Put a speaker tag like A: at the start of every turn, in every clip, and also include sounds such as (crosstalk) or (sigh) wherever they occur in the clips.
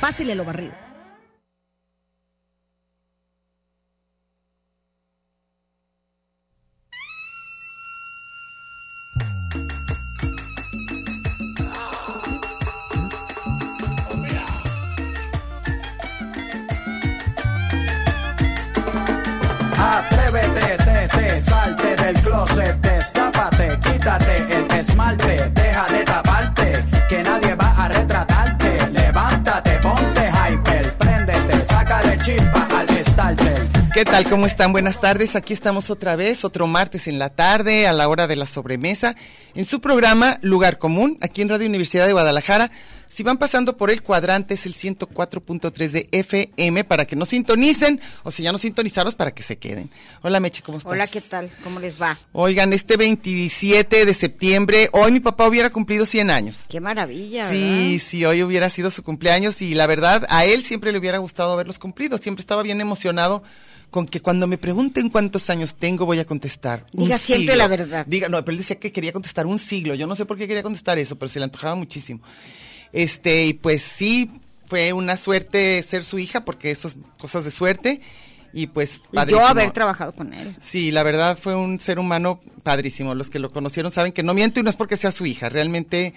A: Pásele lo barrido.
B: Atrévete, te, te, salte del closet, destápate, quítate el esmalte, deja de taparte, que nadie va a retratarte. Levántate, ponte hyper, préndete, sácale chispa al estarte.
C: ¿Qué tal? ¿Cómo están? Buenas tardes. Aquí estamos otra vez, otro martes en la tarde, a la hora de la sobremesa, en su programa Lugar Común, aquí en Radio Universidad de Guadalajara. Si van pasando por el cuadrante, es el 104.3 de FM para que nos sintonicen, o si ya no sintonizaros, para que se queden. Hola, Meche, ¿cómo estás?
D: Hola, ¿qué tal? ¿Cómo les va?
C: Oigan, este 27 de septiembre, hoy mi papá hubiera cumplido 100 años.
D: Qué maravilla,
C: Sí,
D: ¿verdad?
C: sí, hoy hubiera sido su cumpleaños y la verdad a él siempre le hubiera gustado haberlos cumplido. Siempre estaba bien emocionado con que cuando me pregunten cuántos años tengo voy a contestar. un
D: Diga siempre
C: siglo.
D: la verdad.
C: Diga, no, pero él decía que quería contestar un siglo. Yo no sé por qué quería contestar eso, pero se le antojaba muchísimo. Este, y pues sí, fue una suerte ser su hija porque eso es cosas de suerte. Y pues
D: Y
C: padrísimo.
D: Yo haber trabajado con él.
C: Sí, la verdad fue un ser humano padrísimo. Los que lo conocieron saben que no miento y no es porque sea su hija. Realmente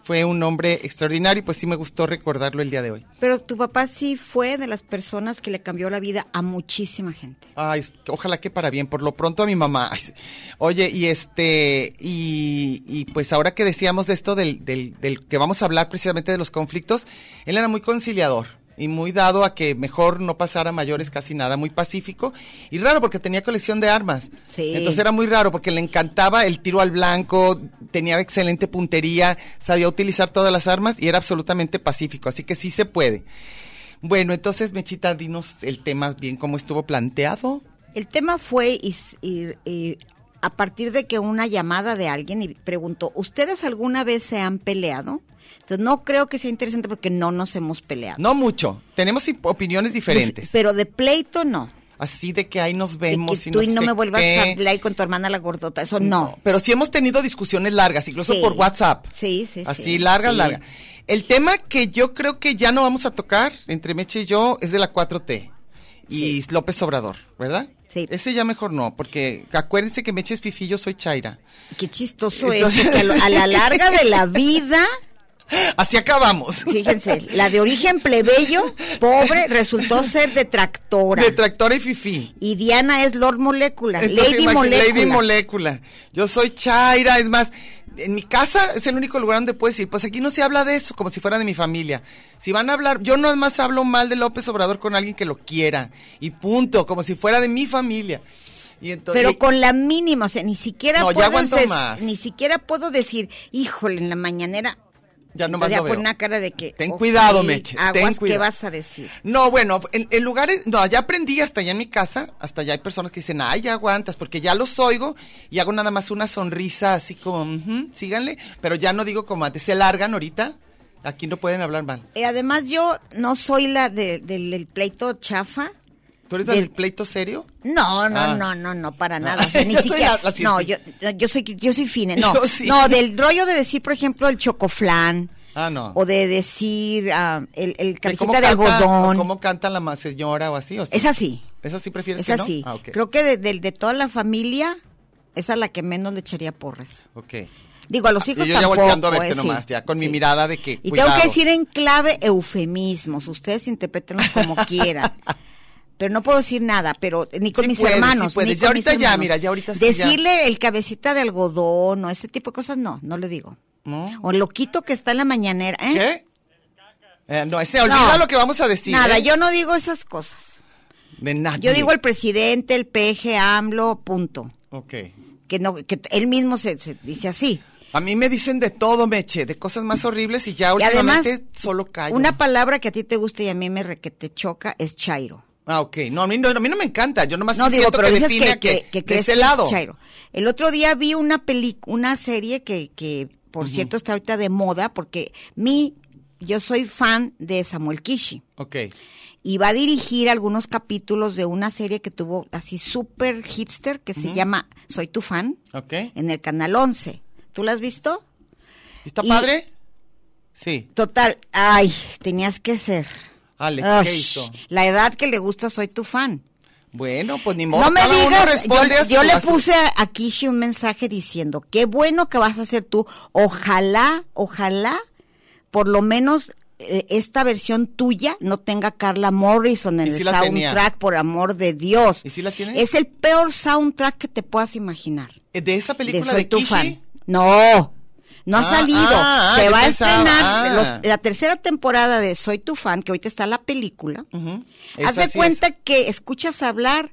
C: fue un hombre extraordinario y pues sí me gustó recordarlo el día de hoy.
D: Pero tu papá sí fue de las personas que le cambió la vida a muchísima gente.
C: Ay, es- ojalá que para bien, por lo pronto a mi mamá. Ay, sí. Oye, y este, y, y pues ahora que decíamos de esto, del, del, del que vamos a hablar precisamente de los conflictos, él era muy conciliador y muy dado a que mejor no pasara a mayores casi nada, muy pacífico y raro porque tenía colección de armas.
D: Sí.
C: Entonces era muy raro porque le encantaba el tiro al blanco, tenía excelente puntería, sabía utilizar todas las armas y era absolutamente pacífico, así que sí se puede. Bueno, entonces, Mechita, dinos el tema bien cómo estuvo planteado.
D: El tema fue y, s- y- y a partir de que una llamada de alguien y preguntó, ¿ustedes alguna vez se han peleado? Entonces no creo que sea interesante porque no nos hemos peleado.
C: No mucho, tenemos hip- opiniones diferentes.
D: Pero de pleito no.
C: Así de que ahí nos
D: De
C: vemos
D: que
C: y
D: tú y no
C: sé
D: me vuelvas
C: qué.
D: a hablar con tu hermana la gordota, eso no.
C: Pero sí hemos tenido discusiones largas, incluso
D: Sí.
C: por WhatsApp.
D: Sí, sí,
C: Así,
D: sí.
C: larga,
D: Sí.
C: larga. El tema que yo creo que ya no vamos a tocar entre Meche y yo es de la 4T y López Obrador, ¿verdad?
D: Sí.
C: Ese ya mejor no, porque acuérdense que Meche es fifi, yo soy Chaira.
D: Qué chistoso
C: Entonces-
D: es. porque a lo- a la larga de la
C: (laughs)
D: vida
C: Así acabamos.
D: Fíjense, la de origen plebeyo, pobre, resultó ser detractora.
C: Detractora y fifi.
D: y Diana es Lord Molecula,
C: Entonces,
D: Lady
C: imagi-
D: Molecula.
C: Lady Molécula. Yo soy Chaira, es más, en mi casa es el único lugar donde puedes ir. Pues aquí no se habla de eso, como si fuera de mi familia. Si van a hablar, yo nada más hablo mal de López Obrador con alguien que lo quiera. Y punto, como si fuera de mi familia. Y entonces,
D: pero con la mínima, o sea, ni siquiera
C: No, ya
D: puedo
C: aguanto
D: des-
C: más.
D: ni siquiera puedo decir, híjole, en la mañanera
C: ya nomás
D: te voy a
C: lo veo.
D: poner una cara de que
C: Ten
D: "Ok,
C: cuidado, Meche, ten
D: aguas, ¿qué
C: cuidado".
D: vas a decir?
C: No, bueno, en, en lugares, no, ya aprendí hasta allá en mi casa, hasta allá hay personas que dicen, ay, ya aguantas, porque ya los oigo y hago nada más una sonrisa así como, "Ujú, síganle, pero ya no digo como antes, se largan ahorita, aquí no pueden hablar mal.
D: Eh, además yo no soy la de- del, del pleito chafa.
C: ¿Tú eres del
D: Del-
C: pleito serio?
D: No, no,
C: Ah.
D: no, no, no, para
C: No.
D: nada.
C: (laughs)
D: o sea, ni
C: Yo soy
D: siquiera.
C: la- la
D: no, yo,
C: científica.
D: yo soy, yo soy fine. No,
C: (laughs) Yo sí.
D: no, del rollo de decir, por ejemplo, el chocoflán.
C: Ah, no.
D: O de decir ah, el, el
C: ¿De
D: cabecita de algodón.
C: ¿Cómo canta la ma- señora o así? O sea,
D: Es así.
C: ¿Esa sí prefieres
D: Es
C: que no?
D: así.
C: Ah, ok.
D: Creo que de, del- de toda la familia, esa es la que menos le echaría porras.
C: Ok.
D: Digo, a los
C: Ah,
D: hijos
C: y yo ya
D: tampoco,
C: volteando a verte
D: eh, sí,
C: nomás, ya con mi
D: sí.
C: mirada de que,
D: Y
C: cuidado. (laughs)
D: tengo que decir en clave eufemismos. Ustedes interpretenlos como quieran. pero no puedo decir nada, pero ni con
C: Sí
D: mis
C: puedes, sí
D: hermanos.
C: puedes.
D: ni
C: Ya
D: con
C: ahorita
D: mis
C: ya,
D: hermanos.
C: mira, ya ahorita sí ya.
D: Decirle el cabecita de algodón o ese tipo de cosas, no, no le digo.
C: ¿No?
D: O el loquito que está en la mañanera, ¿eh?
C: ¿Qué? Eh, no, se olvida
D: No.
C: lo que vamos a decir.
D: Nada,
C: ¿eh?
D: yo no digo esas cosas.
C: De nadie.
D: Yo digo el presidente, el PG, AMLO, punto.
C: Ok.
D: Que, no, que él mismo se, se dice así.
C: A mí me dicen de todo, Meche, de cosas más horribles y ya
D: Y además,
C: últimamente solo callo.
D: una palabra que a ti te gusta y a mí me re- que te choca es chairo.
C: Ah, ok. No, a mí no, a mí no me encanta. Yo nomás
D: No,
C: siento
D: digo, pero
C: que
D: dices
C: define
D: que,
C: a que,
D: que, que
C: de
D: crees
C: ese
D: que es
C: lado.
D: chairo. El otro día vi una peli, una serie que, que por cierto, está ahorita de moda, porque mi, yo soy fan de Samuel Kishi.
C: Ok.
D: Y va a dirigir algunos capítulos de una serie que tuvo así súper hipster que se llama Soy tu fan,
C: Ok.
D: en el canal 11. ¿Tú la has visto?
C: ¿Está
D: Y-
C: padre? Sí.
D: Total, ay, tenías que ser.
C: Alex, ¿qué
D: Ay,
C: hizo?
D: La edad que le gusta Soy tu fan.
C: Bueno, pues ni modo.
D: No me
C: cada uno
D: digas,
C: responde
D: yo,
C: a su-
D: yo le
C: a su-
D: puse a, a Kishi un mensaje diciendo, qué bueno que vas a hacer tú, ojalá, ojalá, por lo menos eh, esta versión tuya no tenga Carla Morrison en
C: Y
D: el
C: sí la tenía.
D: soundtrack, por amor de Dios.
C: ¿Y sí la tiene?
D: Es el peor soundtrack que te puedas imaginar.
C: Eh, De esa película
D: Soy
C: de,
D: tu
C: Kishi.
D: fan. No, no ha
C: Ah,
D: salido.
C: ah, ah,
D: Se
C: yo
D: va a
C: pensaba,
D: estrenar
C: ah.
D: los- la tercera temporada de Soy tu fan, que ahorita está la película.
C: Ujú.
D: Haz
C: Esa
D: de
C: sí
D: cuenta que escuchas hablar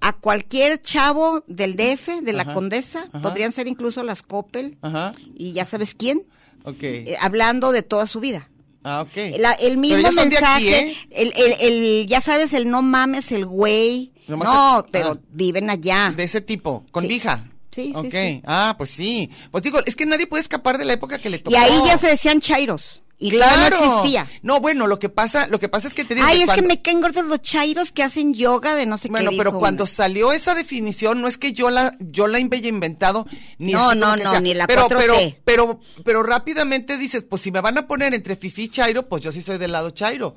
D: a cualquier chavo del DF, de la
C: Ajá,
D: Condesa,
C: ajá.
D: podrían ser incluso las Coppel,
C: es. Ajá.
D: y ya sabes quién,
C: Ok.
D: eh, hablando de toda su vida.
C: ah, ok.
D: La- el mismo
C: ellos son de aquí,
D: mensaje,
C: ¿eh?
D: el, el- el- ya sabes, el no mames, el güey,
C: Nomás
D: no,
C: el-
D: pero
C: ah.
D: viven allá.
C: De ese tipo, con
D: Sí.
C: lija.
D: Sí, sí,
C: Ok.
D: sí.
C: Ah, pues sí. Pues digo, es que nadie puede escapar de la época que le tocó.
D: y ahí ya se decían chairos, y claro.
C: Claro.
D: no existía.
C: No, bueno, lo que pasa, lo que pasa es que te digo
D: Ay, es
C: cuando-
D: que me caen gordos los chairos que hacen yoga de no sé
C: Bueno,
D: qué.
C: pero
D: dijo
C: cuando
D: uno.
C: salió esa definición, no es que yo la, yo la haya inventado, ni
D: No,
C: así como
D: no,
C: que
D: no,
C: sea.
D: ni la
C: pero,
D: 4T.
C: pero, pero, pero rápidamente dices, pues si me van a poner entre Fifi y Chairo, pues yo sí soy del lado Chairo.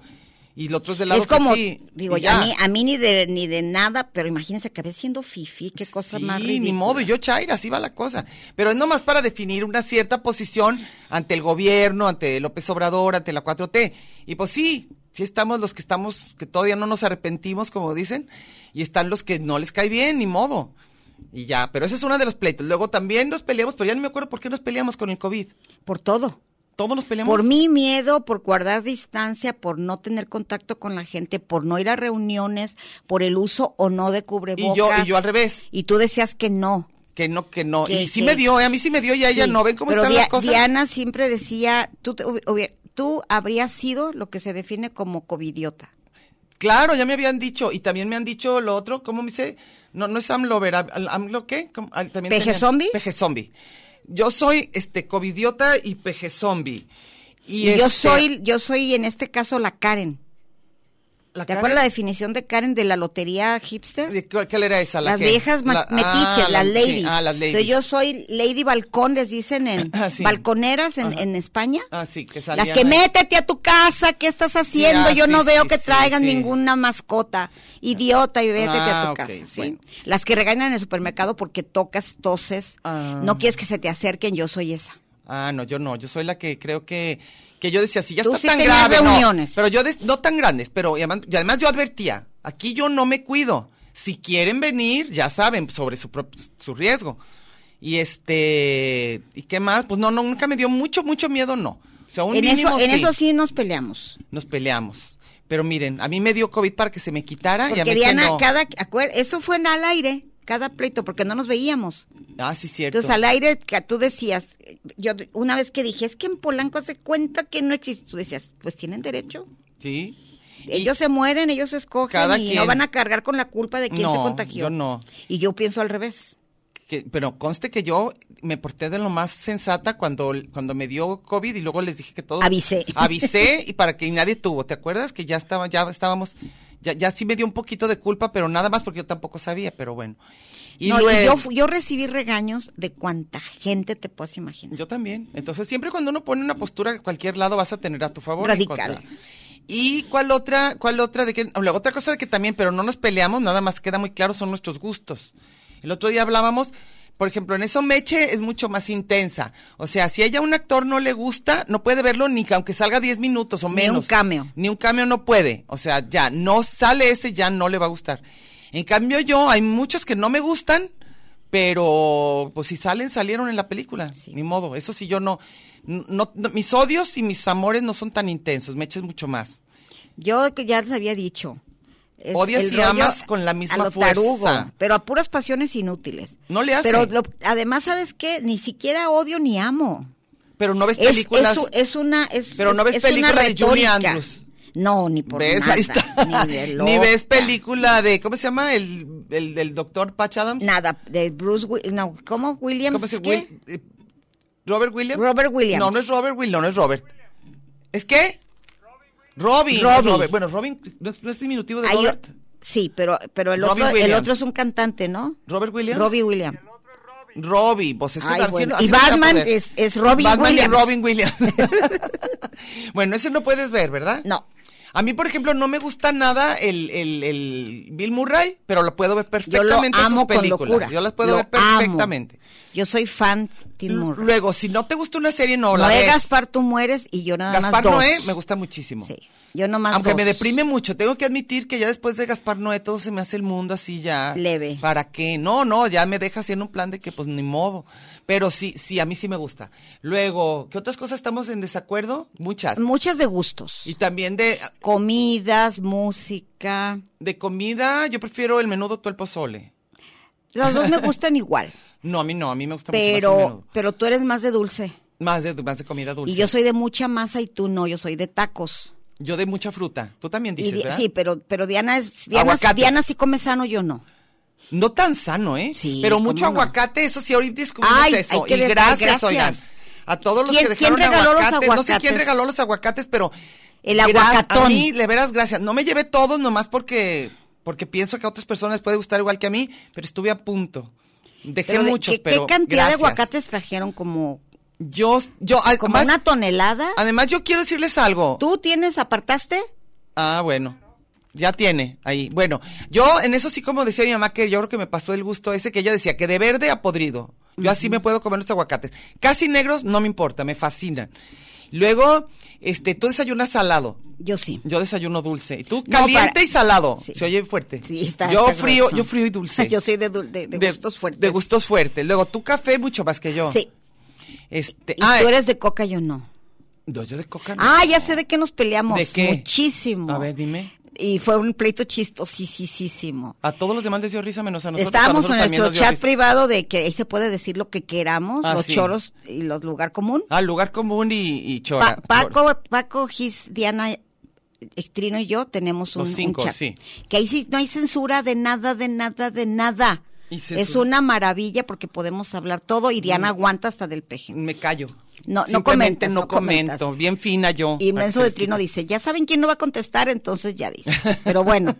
C: Y el otro es del lado
D: es como,
C: fifí,
D: digo,
C: y ya.
D: a mí, a mí ni de ni de nada, pero imagínense que a veces siendo fifi, qué cosa
C: sí,
D: más ridícula.
C: ni modo, yo Chaira, así va la cosa. Pero es nomás para definir una cierta posición ante el gobierno, ante López Obrador, ante la 4T. Y pues sí, sí estamos los que estamos, que todavía no nos arrepentimos, como dicen, y están los que no les cae bien, ni modo. Y ya, pero ese es uno de los pleitos. Luego también nos peleamos, pero ya no me acuerdo por qué nos peleamos con el COVID.
D: Por todo.
C: Todos nos peleamos.
D: Por mi miedo, por guardar distancia, por no tener contacto con la gente, por no ir a reuniones, por el uso o no de
C: Y
D: cubrebocas.
C: yo, y yo al revés,
D: Y tú decías que no.
C: que no, que no.
D: Que-
C: y sí
D: que-
C: me dio, ¿eh? a mí sí me dio y a ella
D: Sí,
C: no. ¿Ven cómo
D: pero
C: están
D: Dia-
C: las cosas?
D: Diana siempre decía, tú, te hubi- hubi- tú habrías sido lo que se define como covidiota.
C: Claro, ya me habían dicho, y también me han dicho lo otro, ¿cómo me dice? No, no es AMLO, ¿verdad? Al- ¿AMLO qué? ¿Cómo? Al- también
D: ¿Peje
C: tenía-
D: zombie?
C: Peje zombie. Yo soy, este, covidiota y peje zombie. Y,
D: Y, yo
C: este,
D: soy, yo soy en este caso la Karen.
C: la
D: ¿Te
C: cara-
D: acuerdas la definición de Karen de la lotería hipster?
C: de- ¿Cuál cuál era esa? ¿La
D: las
C: qué?
D: viejas ma-
C: La-
D: metiches,
C: ah,
D: las
C: la-
D: ladies.
C: sí, ah, las ladies.
D: Entonces, yo soy Lady Balcón, les dicen en
C: (clears throat) Ah, sí.
D: balconeras en,
C: Ajá.
D: en España.
C: Ah, sí, que
D: Las
C: salían
D: que
C: ahí.
D: métete a tu casa, ¿qué estás haciendo?
C: ah,
D: Yo
C: sí,
D: no veo
C: sí,
D: que
C: sí,
D: traigan
C: sí.
D: ninguna mascota. Idiota, y vétete a
C: Ah,
D: tu
C: ok,
D: casa. ¿sí?
C: bueno.
D: Las que regañan en el supermercado porque tocas, toses,
C: Ah.
D: no quieres que se te acerquen, yo soy esa.
C: Ah, no, yo no, yo soy la que creo que que yo decía, si ya
D: Tú
C: está
D: sí
C: tan
D: tenías
C: grave, no,
D: reuniones.
C: pero yo des- no tan grandes, pero y además, y además yo advertía, aquí yo no me cuido. Si quieren venir, ya saben sobre su prop- su riesgo. Y este, ¿y qué más? Pues no, no nunca me dio mucho mucho miedo, no. O sea, un
D: en
C: mínimo
D: eso, en
C: sí,
D: eso sí nos peleamos.
C: nos peleamos. Pero miren, a mí me dio COVID para que se me quitara y a
D: Porque
C: mí
D: Diana,
C: no.
D: cada, acuer- eso fue en al aire, cada pleito, porque no nos veíamos.
C: Ah, sí cierto.
D: Entonces, al aire que tú decías, eh, yo d- una vez que dije, es que en Polanco se cuenta que no existe, tú decías, pues tienen derecho.
C: Sí. Y-
D: Ellos se mueren, ellos escogen
C: Cada
D: y no
C: quien.
D: van a cargar con la culpa de quien se
C: No,
D: contagió.
C: yo no.
D: Y yo pienso al revés.
C: que- pero conste que yo me porté de lo más sensata cuando, cuando me dio COVID y luego les dije que todo.
D: Avisé.
C: Ah,
D: (laughs)
C: Avisé y para que nadie tuvo. ¿Te acuerdas? Que ya estaba, ya estábamos, ya, ya sí me dio un poquito de culpa, pero nada más porque yo tampoco sabía, pero bueno. Y
D: No, y
C: luego-
D: yo, fu- yo recibí regaños de cuánta gente te puedes imaginar.
C: yo también. Entonces, siempre cuando uno pone una postura a cualquier lado vas a tener a tu favor. y en
D: Radical.
C: contra. ¿Y cuál otra? ¿Cuál otra de que la otra cosa de que también, pero no nos peleamos, nada más queda muy claro son nuestros gustos. El otro día hablábamos por ejemplo, en eso Meche es mucho más intensa. O sea, si ella a un actor no le gusta, no puede verlo ni que aunque salga 10 minutos o
D: Ni
C: menos.
D: un cameo.
C: Ni un cameo no puede. O sea, ya no sale ese, ya no le va a gustar. En cambio yo, hay muchos que no me gustan, pero pues si salen, salieron en la película. Ni modo. Eso sí yo no, no- no- Mis odios y mis amores no son tan intensos. Meche es mucho más.
D: Yo que ya les había dicho. es
C: Odias
D: el
C: y
D: rollo
C: amas con la misma
D: a lo
C: fuerza.
D: tarugo, pero a puras pasiones inútiles.
C: No le hace.
D: Pero lo- además, ¿sabes qué? Ni siquiera odio ni amo.
C: Pero no ves
D: Es, eh,
C: películas...
D: es- es una. es-
C: Pero no
D: es-
C: ves
D: es una
C: película de Julie
D: retórica.
C: Andrews.
D: No, ni por
C: ¿Ves?
D: nada.
C: Ahí está.
D: Ni, de
C: (laughs) Ni ves
D: loca.
C: película de, ¿cómo se llama? El, el del doctor Patch Adams.
D: Nada, de Bruce Wi- no, ¿cómo? Williams.
C: ¿Cómo se
D: ¿qué?
C: Will- eh, ¿Robert Williams?
D: Robert Williams.
C: No, no es Robert Will, no, no es Robert. ¿Es qué?
D: Robin.
C: Robin. no es Robert. Bueno, Robin, ¿no es, no es diminutivo de
D: Hay o-
C: Robert?
D: sí, pero, pero el,
C: Robbie
D: otro, el
C: Williams.
D: otro es un cantante, ¿no?
C: ¿Robert Williams?
D: Robbie Williams.
C: Robin, pues es que
D: Ay,
C: también
D: bueno.
C: así
D: Y
C: no se va a
D: Batman
C: poder.
D: es- es Robin
C: Batman
D: Williams.
C: y Robin Williams. (laughs) bueno, ese no puedes ver, ¿verdad?
D: No.
C: A mí, por ejemplo, no me gusta nada el, el- el Bill Murray, pero lo puedo ver
D: Yo lo
C: perfectamente sus
D: amo con
C: películas.
D: locura.
C: Yo las puedo
D: Lo
C: ver
D: amo.
C: perfectamente.
D: Yo soy fan Tim
C: L-
D: Murray.
C: Luego, si no te gusta una serie, no la
D: Noé
C: ves.
D: Gaspar, tú mueres y yo nada más
C: Gaspar
D: dos.
C: Noé me gusta muchísimo.
D: Sí, yo nomás
C: Aunque me
D: dos.
C: deprime mucho, tengo que admitir que ya después de Gaspar Noé todo se me hace el mundo así ya.
D: Leve.
C: ¿Para qué? No, no, ya me deja haciendo un plan de que pues ni modo. Pero sí, sí, a mí sí me gusta. Luego, ¿qué otras cosas estamos en desacuerdo? Muchas.
D: Muchas de gustos.
C: Y también de,
D: Comidas, música.
C: de comida, yo prefiero el menudo tú el pozole.
D: Las
C: (laughs)
D: dos me gustan igual,
C: No, a mí no, a mí me gusta mucho más el
D: pero,
C: menudo.
D: pero tú eres más de dulce.
C: Más de, más de comida dulce.
D: Y yo soy de mucha masa y tú no, yo soy de tacos.
C: Yo de mucha fruta. Tú también
D: Y
C: dices,
D: di-
C: ¿verdad?
D: sí, pero, pero Diana es, Diana,
C: Aguacate.
D: Diana sí come sano, yo no.
C: No tan sano, ¿eh?
D: Sí,
C: Pero
D: ¿cómo
C: mucho
D: no?
C: aguacate, eso sí, ahorita descubrimos
D: Ay,
C: eso.
D: hay que
C: y
D: de-
C: gracias,
D: gracias.
C: oigan. A todos los que
D: ¿Quién- quién
C: dejaron
D: regaló los
C: aguacate. No sé quién
D: aguacates?
C: regaló los aguacates, pero.
D: El
C: gra-
D: aguacatón.
C: A mí, de veras, gracias. No me llevé todos nomás porque, porque pienso que a otras personas les puede gustar igual que a mí, pero estuve a punto. Dejé
D: Pero de-
C: muchos,
D: ¿qué,
C: pero.
D: ¿Qué cantidad
C: gracias.
D: de aguacates trajeron? Como,
C: Yo, yo,
D: como
C: además,
D: una tonelada.
C: además, yo quiero decirles algo.
D: ¿Tú tienes, apartaste?
C: Ah, bueno. Ya tiene ahí. Bueno, yo en eso sí, como decía mi mamá, que yo creo que me pasó el gusto ese que ella decía que de verde a podrido. Yo así me puedo comer los aguacates. Casi negros no me importa, me fascinan. Luego, este, tú desayunas salado.
D: Yo sí.
C: Yo desayuno dulce. Y tú
D: No,
C: caliente
D: para-
C: y salado.
D: Sí.
C: Se oye fuerte.
D: Sí, está-
C: yo
D: está
C: frío,
D: grueso.
C: yo frío y
D: (laughs)
C: dulce.
D: yo soy de, dul- de, de gustos fuertes.
C: De gustos fuertes. Luego, tú café mucho más que yo.
D: Sí.
C: Este,
D: Y
C: ah,
D: tú eres de coca, yo no.
C: no, yo de coca no.
D: Ah, ya sé de qué nos peleamos.
C: ¿De qué?
D: Muchísimo.
C: A ver, dime.
D: Y fue un pleito chistosísimo.
C: A todos los demás les dio risa menos a nosotros. a
D: Estábamos en
C: nosotros también
D: nuestro
C: nos dio
D: chat
C: risa.
D: privado de que ahí se puede decir lo que queramos,
C: Ah,
D: los
C: sí.
D: choros y los lugar común.
C: Ah, lugar común y, y chora.
D: Pa- Paco, Paco, Gis, Diana, eh, Trino y yo tenemos un,
C: Los cinco,
D: un chat.
C: sí.
D: Que ahí sí no hay censura de nada, de nada, de nada.
C: Y censura. Mm.
D: es una maravilla porque podemos hablar todo y Diana aguanta hasta del peje.
C: Me callo.
D: No- no
C: Simplemente
D: comentas,
C: no
D: no comentas.
C: comento. Bien fina yo.
D: Y
C: para que
D: Menso
C: se
D: de
C: les quite.
D: Trino dice, ya saben quién no va a contestar, entonces ya dice. Pero
C: (laughs)
D: bueno,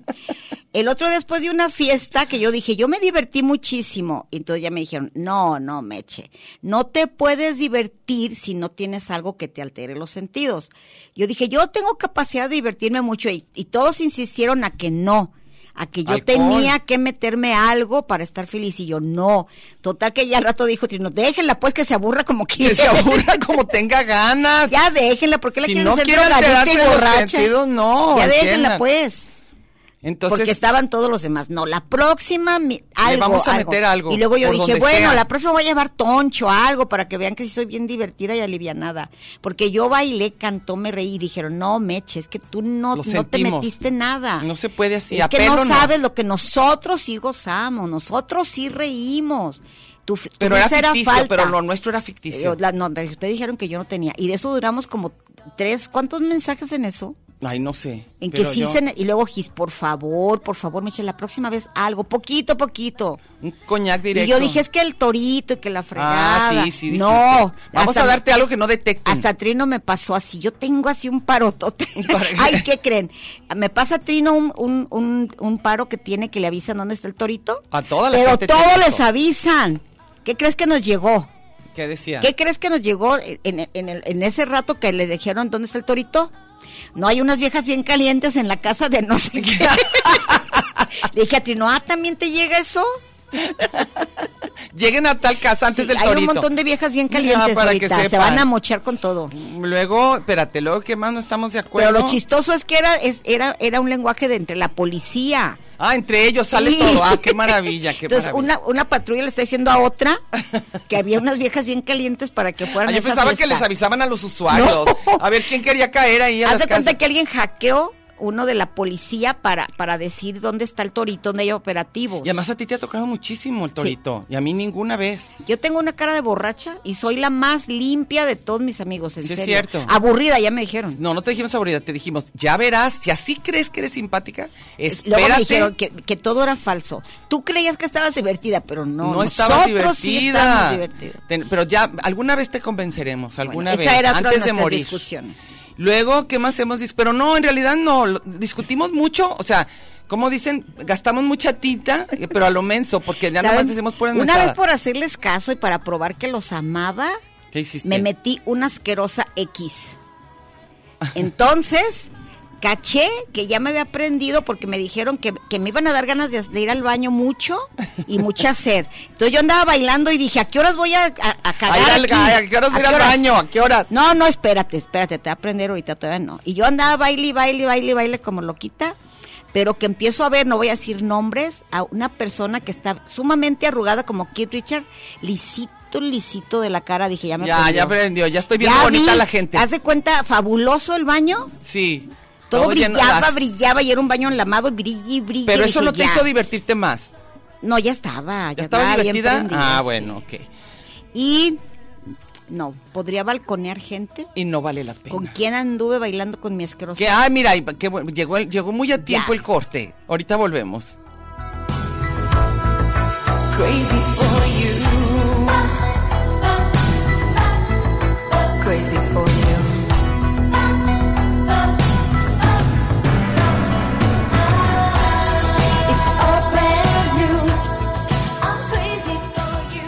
D: el otro después de una fiesta que yo dije, yo me divertí muchísimo. Y entonces ya me dijeron, no, no, Meche, no te puedes divertir si no tienes algo que te altere los sentidos. Yo dije, yo tengo capacidad de divertirme mucho y, y todos insistieron a que no. A que yo
C: Alcohol.
D: tenía que meterme algo para estar feliz y yo no. Total que ya al rato dijo Trino, déjenla pues que se aburra como quiera.
C: Que se aburra como tenga ganas.
D: (laughs) Ya déjenla, porque la
C: Si
D: quieren
C: no
D: hacer
C: quiere
D: drogadicta
C: alterarse
D: y
C: los
D: borracha?
C: sentidos, no,
D: Ya
C: entiendan.
D: déjenla, pues.
C: Entonces,
D: porque estaban todos los demás. No, la próxima, mi- algo.
C: vamos a meter algo,
D: Y luego yo
C: por
D: dije,
C: donde
D: bueno,
C: sea.
D: la próxima voy a llevar toncho, algo, para que vean que sí soy bien divertida y alivianada. Porque yo bailé, cantó, me reí y dijeron, no, Meche, es que tú no,
C: Lo
D: no te
C: sentimos.
D: metiste nada.
C: No se puede así,
D: Es
C: a
D: que
C: pelo
D: no
C: no.
D: sabes lo que nosotros sí gozamos, nosotros sí reímos. Tu, tu
C: pero era
D: risa
C: ficticio,
D: falta.
C: pero lo nuestro era
D: Eh,
C: ficticio.
D: la- no, me- ustedes dijeron que yo no tenía. Y de eso duramos como tres, ¿cuántos mensajes en eso?
C: Ay, no sé.
D: En que
C: pero
D: sí
C: yo-
D: se... ne- Y luego, Gis, por favor, por favor, Michelle, la próxima vez algo, poquito, poquito.
C: Un coñac directo.
D: Y yo dije, es que el torito y que la fregada.
C: Ah, sí, sí, dijiste.
D: No.
C: Vamos
D: hasta-
C: a darte algo que no detecten.
D: Hasta Trino me pasó así. Yo tengo así un parotote.
C: (laughs) ¿Para qué?
D: Ay, ¿qué creen? Me pasa Trino un, un, un, un paro que tiene que le avisan dónde está el torito.
C: A toda la
D: Pero
C: gente tiene
D: todos
C: eso.
D: les avisan. ¿Qué crees que nos llegó?
C: ¿Qué decía?
D: ¿Qué crees que nos llegó en, en el- en ese rato que le dijeron dónde está el torito? No hay unas viejas bien calientes en la casa de no sé
C: (laughs)
D: qué. Le dije a Trino, ah, ¿también te llega eso?
C: Lleguen a tal casa antes
D: Sí,
C: del
D: hay
C: torito.
D: un montón de viejas bien
C: Ya,
D: calientes
C: para que
D: ahorita. se
C: sepan.
D: van a mochar con todo.
C: Luego, espérate, luego que más no estamos de acuerdo.
D: Pero lo chistoso es que era, es- era, era un lenguaje de entre la policía.
C: Ah, entre ellos sale
D: Sí.
C: todo. Ah, qué maravilla, qué
D: Entonces,
C: maravilla. Ah,
D: Una, una patrulla le está diciendo a otra que había unas viejas bien calientes para que fueran
C: Ah,
D: a
C: yo
D: esa
C: pensaba que
D: fiesta.
C: les avisaban a los usuarios.
D: No.
C: (laughs) A ver quién quería caer ahí a
D: Haz
C: las
D: de cuenta
C: casas.
D: que alguien hackeó uno de la policía para, para decir dónde está el torito, dónde hay operativos.
C: Y además a ti te ha tocado muchísimo el torito. Y a mí ninguna vez.
D: Yo tengo una cara de borracha y soy la más limpia de todos mis amigos, en
C: Sí, es
D: serio.
C: cierto.
D: Aburrida, ya me dijeron.
C: No, no te dijimos seguridad, te dijimos, ya verás, si así crees que eres simpática,
D: Luego me
C: espérate.
D: dijeron que, que todo era falso. Tú creías que estabas divertida, pero no.
C: No, estabas
D: nosotros sí
C: divertida.
D: estábamos divertidos.
C: Ten- pero ya, alguna vez te convenceremos, alguna
D: Bueno,
C: vez,
D: esa era otra
C: antes de
D: nuestras
C: morir.
D: discusiones.
C: Luego, ¿qué más hemos dicho? Pero no, en realidad no, lo- discutimos mucho, o sea, como dicen, gastamos mucha tinta, eh, pero a lo menso, porque ya nada
D: ¿Saben?
C: más hacemos puras
D: Una
C: mensadas.
D: vez por hacerles caso y para probar que los amaba,
C: ¿Qué hiciste?
D: me metí una asquerosa X. Entonces, caché que ya me había aprendido porque me dijeron que, que me iban a dar ganas de, de ir al baño mucho y mucha sed. Entonces yo andaba bailando y dije, ¿a qué horas voy a, a- a cagar
C: Ahí al-
D: aquí?
C: ¿A qué horas voy a ir al
D: qué horas?
C: baño? ¿A qué horas?
D: (laughs) No, no, espérate, espérate, te voy a aprender ahorita, todavía no. Y yo andaba baile, y baile, y baile, y baile como loquita, pero que empiezo a ver, no voy a decir nombres, a una persona que está sumamente arrugada como Keith Richard, lisito, lisito de la cara, dije, ya me
C: ya,
D: aprendió.
C: ya aprendió, ya estoy viendo
D: Ya
C: bonita
D: vi,
C: la gente.
D: Haz de cuenta, fabuloso el baño,
C: Sí.
D: todo,
C: lleno-
D: brillaba,
C: las-
D: brillaba, y era un baño enlamado, y brille, y brille.
C: Pero eso
D: dije,
C: no te
D: ya.
C: hizo divertirte más.
D: No, ya estaba, ya,
C: ¿Ya estabas
D: estaba bien
C: divertida?
D: prendida,
C: Ah,
D: sí.
C: bueno, ok.
D: Y, no, podría balconear gente.
C: Y no vale la pena.
D: ¿Con quién anduve bailando con mi asqueroso?
C: Que, ay, mira, y- qué bueno, llegó, el- llegó muy a
D: Ya.
C: tiempo el corte. Ahorita volvemos.
E: Crazy for you. Crazy for you. It's all brand new. I'm crazy for you.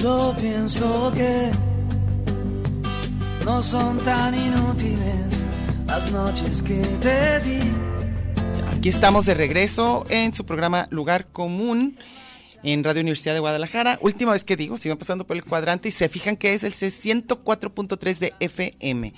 F: Yo pienso que no son tan inútiles las noches que te di.
C: Aquí estamos de regreso en su programa Lugar Común en Radio Universidad de Guadalajara. Última vez que digo, si van pasando por el cuadrante y se fijan que es el C104.3 de FM.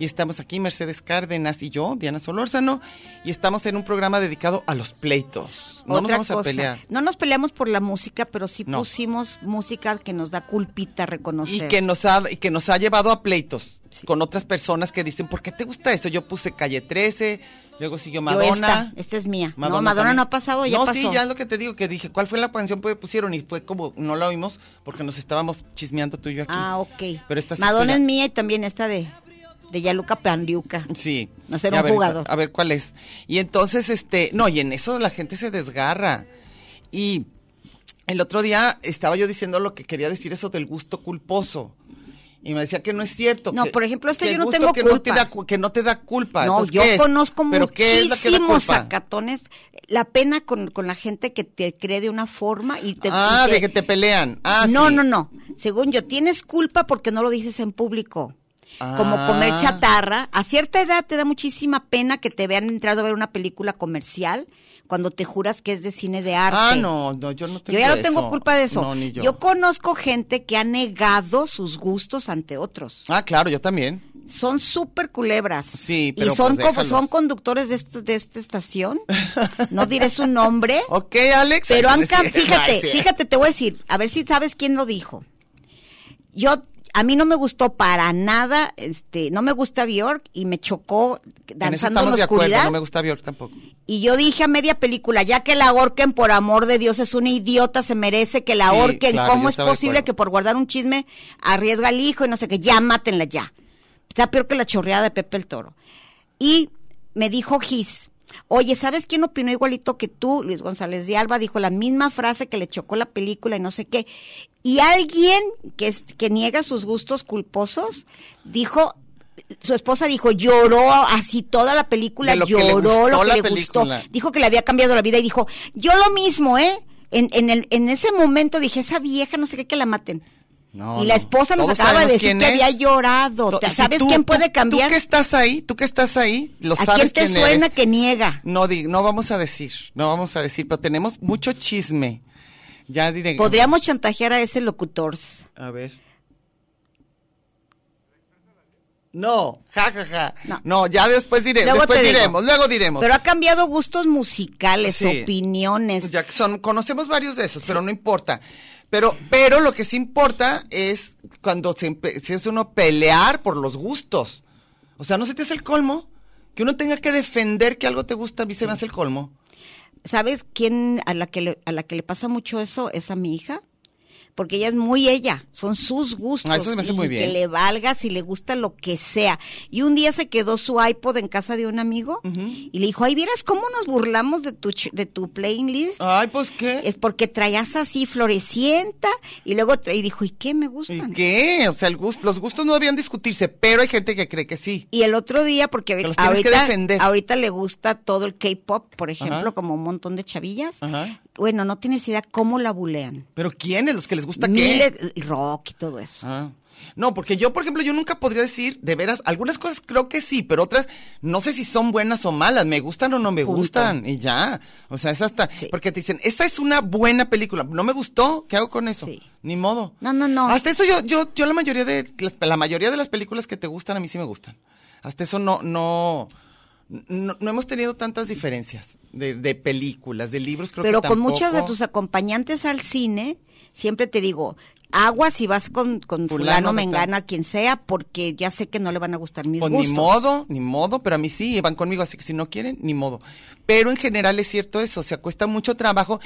C: Y estamos aquí, Mercedes Cárdenas y yo, Diana Solórzano, y estamos en un programa dedicado a los pleitos. No nos
D: Otra
C: vamos a
D: cosa,
C: pelear.
D: No nos peleamos por la música, pero sí
C: No.
D: pusimos música que nos da culpita reconocer.
C: Y que, nos ha, y que nos ha llevado a pleitos con otras personas que dicen, ¿por qué te gusta eso? Yo puse Calle 13, luego siguió
D: Yo
C: Madonna.
D: esta, esta es mía. no,
C: Madonna
D: Madonna
C: también.
D: no ha pasado, ya
C: no,
D: pasó.
C: sí, ya es lo que te digo, que dije, ¿cuál fue la canción que pusieron? Y fue como, no la oímos porque nos estábamos chismeando tú y yo aquí.
D: Ah, ok.
C: Pero esta sí
D: Madonna
C: es
D: es
C: tuya.
D: mía y también esta de, de Yaluca Pandiuca.
C: Sí.
D: No ser
C: Y a
D: un
C: ver,
D: jugador.
C: A ver cuál es. Y entonces, este, no, y en eso la gente se desgarra. Y el otro día estaba yo diciendo lo que quería decir, eso del gusto culposo. Y me decía que no es cierto.
D: No,
C: que-
D: por ejemplo, este
C: que
D: yo
C: el
D: no
C: gusto
D: tengo
C: que No te
D: culpa.
C: da, cu- que no te da culpa.
D: No,
C: Entonces,
D: yo
C: ¿qué es?
D: conozco
C: ¿Pero qué es lo que da
D: muchísimos
C: culpa?
D: sacatones. La pena con, con la gente que te cree de una forma y te...
C: ah,
D: y
C: de que te pelean. Ah,
D: no,
C: sí.
D: no, no. Según yo, tienes culpa porque no lo dices en público. como
C: Ah.
D: comer chatarra. A cierta edad te da muchísima pena que te vean entrado a ver una película comercial cuando te juras que es de cine de arte.
C: Ah, no, no, yo no tengo
D: Yo ya no
C: eso.
D: tengo culpa de eso.
C: No, ni yo.
D: conozco gente que ha negado sus gustos ante otros.
C: Ah, claro, yo también.
D: Son súper culebras.
C: Sí, pero
D: Y son,
C: pues,
D: co-
C: déjalos.
D: son conductores de, este- de esta estación. No diré su
C: (laughs)
D: nombre.
C: Ok, Alex.
D: Pero han
C: han (laughs)
D: cam- fíjate, fíjate, te voy a decir, a ver si sabes quién lo dijo. Yo, a mí no me gustó para nada, este, no me gusta Bjork y me chocó
C: En eso
D: danzando en,
C: estamos de
D: la
C: acuerdo,
D: oscuridad.
C: no me gusta Bjork tampoco.
D: Y yo dije a media película, ya que la ahorquen, por amor de Dios, es una idiota, se merece que la
C: Sí,
D: ahorquen.
C: claro, yo
D: ¿Cómo es
C: estaba de
D: posible
C: acuerdo.
D: que por guardar un chisme arriesga al hijo y no sé qué? Ya, mátenla ya. Está peor que la chorreada de Pepe el Toro. Y me dijo Gis, oye, ¿sabes quién opinó igualito que tú? Luis González de Alba dijo la misma frase que le chocó la película y no sé qué. Y alguien que, es- que niega sus gustos culposos dijo... Su esposa dijo, lloró así toda la película,
C: De lo que le
D: lloró
C: gustó
D: lo que
C: la
D: le gustó.
C: película.
D: Dijo que le había cambiado la vida y dijo, yo lo mismo, ¿eh? En, en, el- en ese momento dije, esa vieja no sé qué, que la maten.
C: No,
D: y la
C: no.
D: esposa nos
C: Todos
D: acaba de
C: sabemos
D: decir
C: quién
D: que había
C: es.
D: llorado.
C: No, y si
D: ¿Sabes
C: tú-
D: quién
C: tú-
D: puede cambiar?
C: Tú que estás ahí, tú que estás ahí, lo
D: ¿A quién
C: sabes
D: te
C: quién eres.
D: suena que niega?
C: No, di- no vamos a decir, no vamos a decir, pero tenemos mucho chisme. Ya diré.
D: Podríamos chantajear a ese locutor.
C: A ver. No, ja, ja, ja.
D: No.
C: No, ya después diré,
D: Luego
C: después
D: te digo.
C: diremos, luego diremos.
D: Pero ha cambiado gustos musicales,
C: Sí.
D: opiniones.
C: Pues Ya que son, conocemos varios de esos, pero no importa. Pero, pero lo que sí importa es cuando se, empe- se hace uno pelear por los gustos. O sea, ¿no se te hace el colmo? Que uno tenga que defender que algo te gusta, a mí se me hace el colmo.
D: ¿Sabes quién a la que le, a la que le pasa mucho eso es a mi hija? Porque ella es muy ella, son sus gustos.
C: Ah, eso se me hace
D: y
C: muy bien.
D: Que le valga si le gusta lo que sea. Y un día se quedó su iPod en casa de un amigo y le dijo, ay, vieras cómo nos burlamos de tu, ch- de tu playlist.
C: Ay, pues qué.
D: Es porque traías así florecienta y luego tra- y dijo, ¿y qué me gustan?
C: ¿Y qué? O sea, el gust- los gustos no debían discutirse, pero hay gente que cree que sí.
D: Y el otro día, porque ahorita,
C: los tienes que defender.
D: ahorita le gusta todo el K-pop, por ejemplo,
C: Ajá.
D: como un montón de chavillas.
C: Ajá.
D: Bueno, no tienes idea cómo la bulean.
C: Pero ¿quiénes? ¿Los que les gusta
D: Miles-
C: qué?
D: rock y todo eso.
C: Ah. No, porque yo, por ejemplo, yo nunca podría decir, de veras, algunas cosas creo que sí, pero otras no sé si son buenas o malas, me gustan o no me
D: Punto.
C: gustan, y ya. O sea, es hasta,
D: Sí.
C: porque te dicen, esa es una buena película, no me gustó, ¿qué hago con eso?
D: Sí.
C: Ni modo.
D: No, no, no.
C: Hasta eso yo, yo, yo la mayoría de, las- la, mayoría de las películas que te gustan a mí sí me gustan. Hasta eso no, no, no, no hemos tenido tantas diferencias de, de películas, de libros, creo
D: Pero
C: que
D: con muchas de
C: tampoco.
D: tus acompañantes al cine, siempre te digo, agua si vas con, con fulano,
C: Fulano,
D: mengana, quien sea, porque ya sé que no le van a gustar mis
C: Pues
D: gustos.
C: ni modo, ni modo, pero a mí sí, van conmigo, así que si no quieren, ni modo. Pero en general es cierto eso, se cuesta mucho trabajo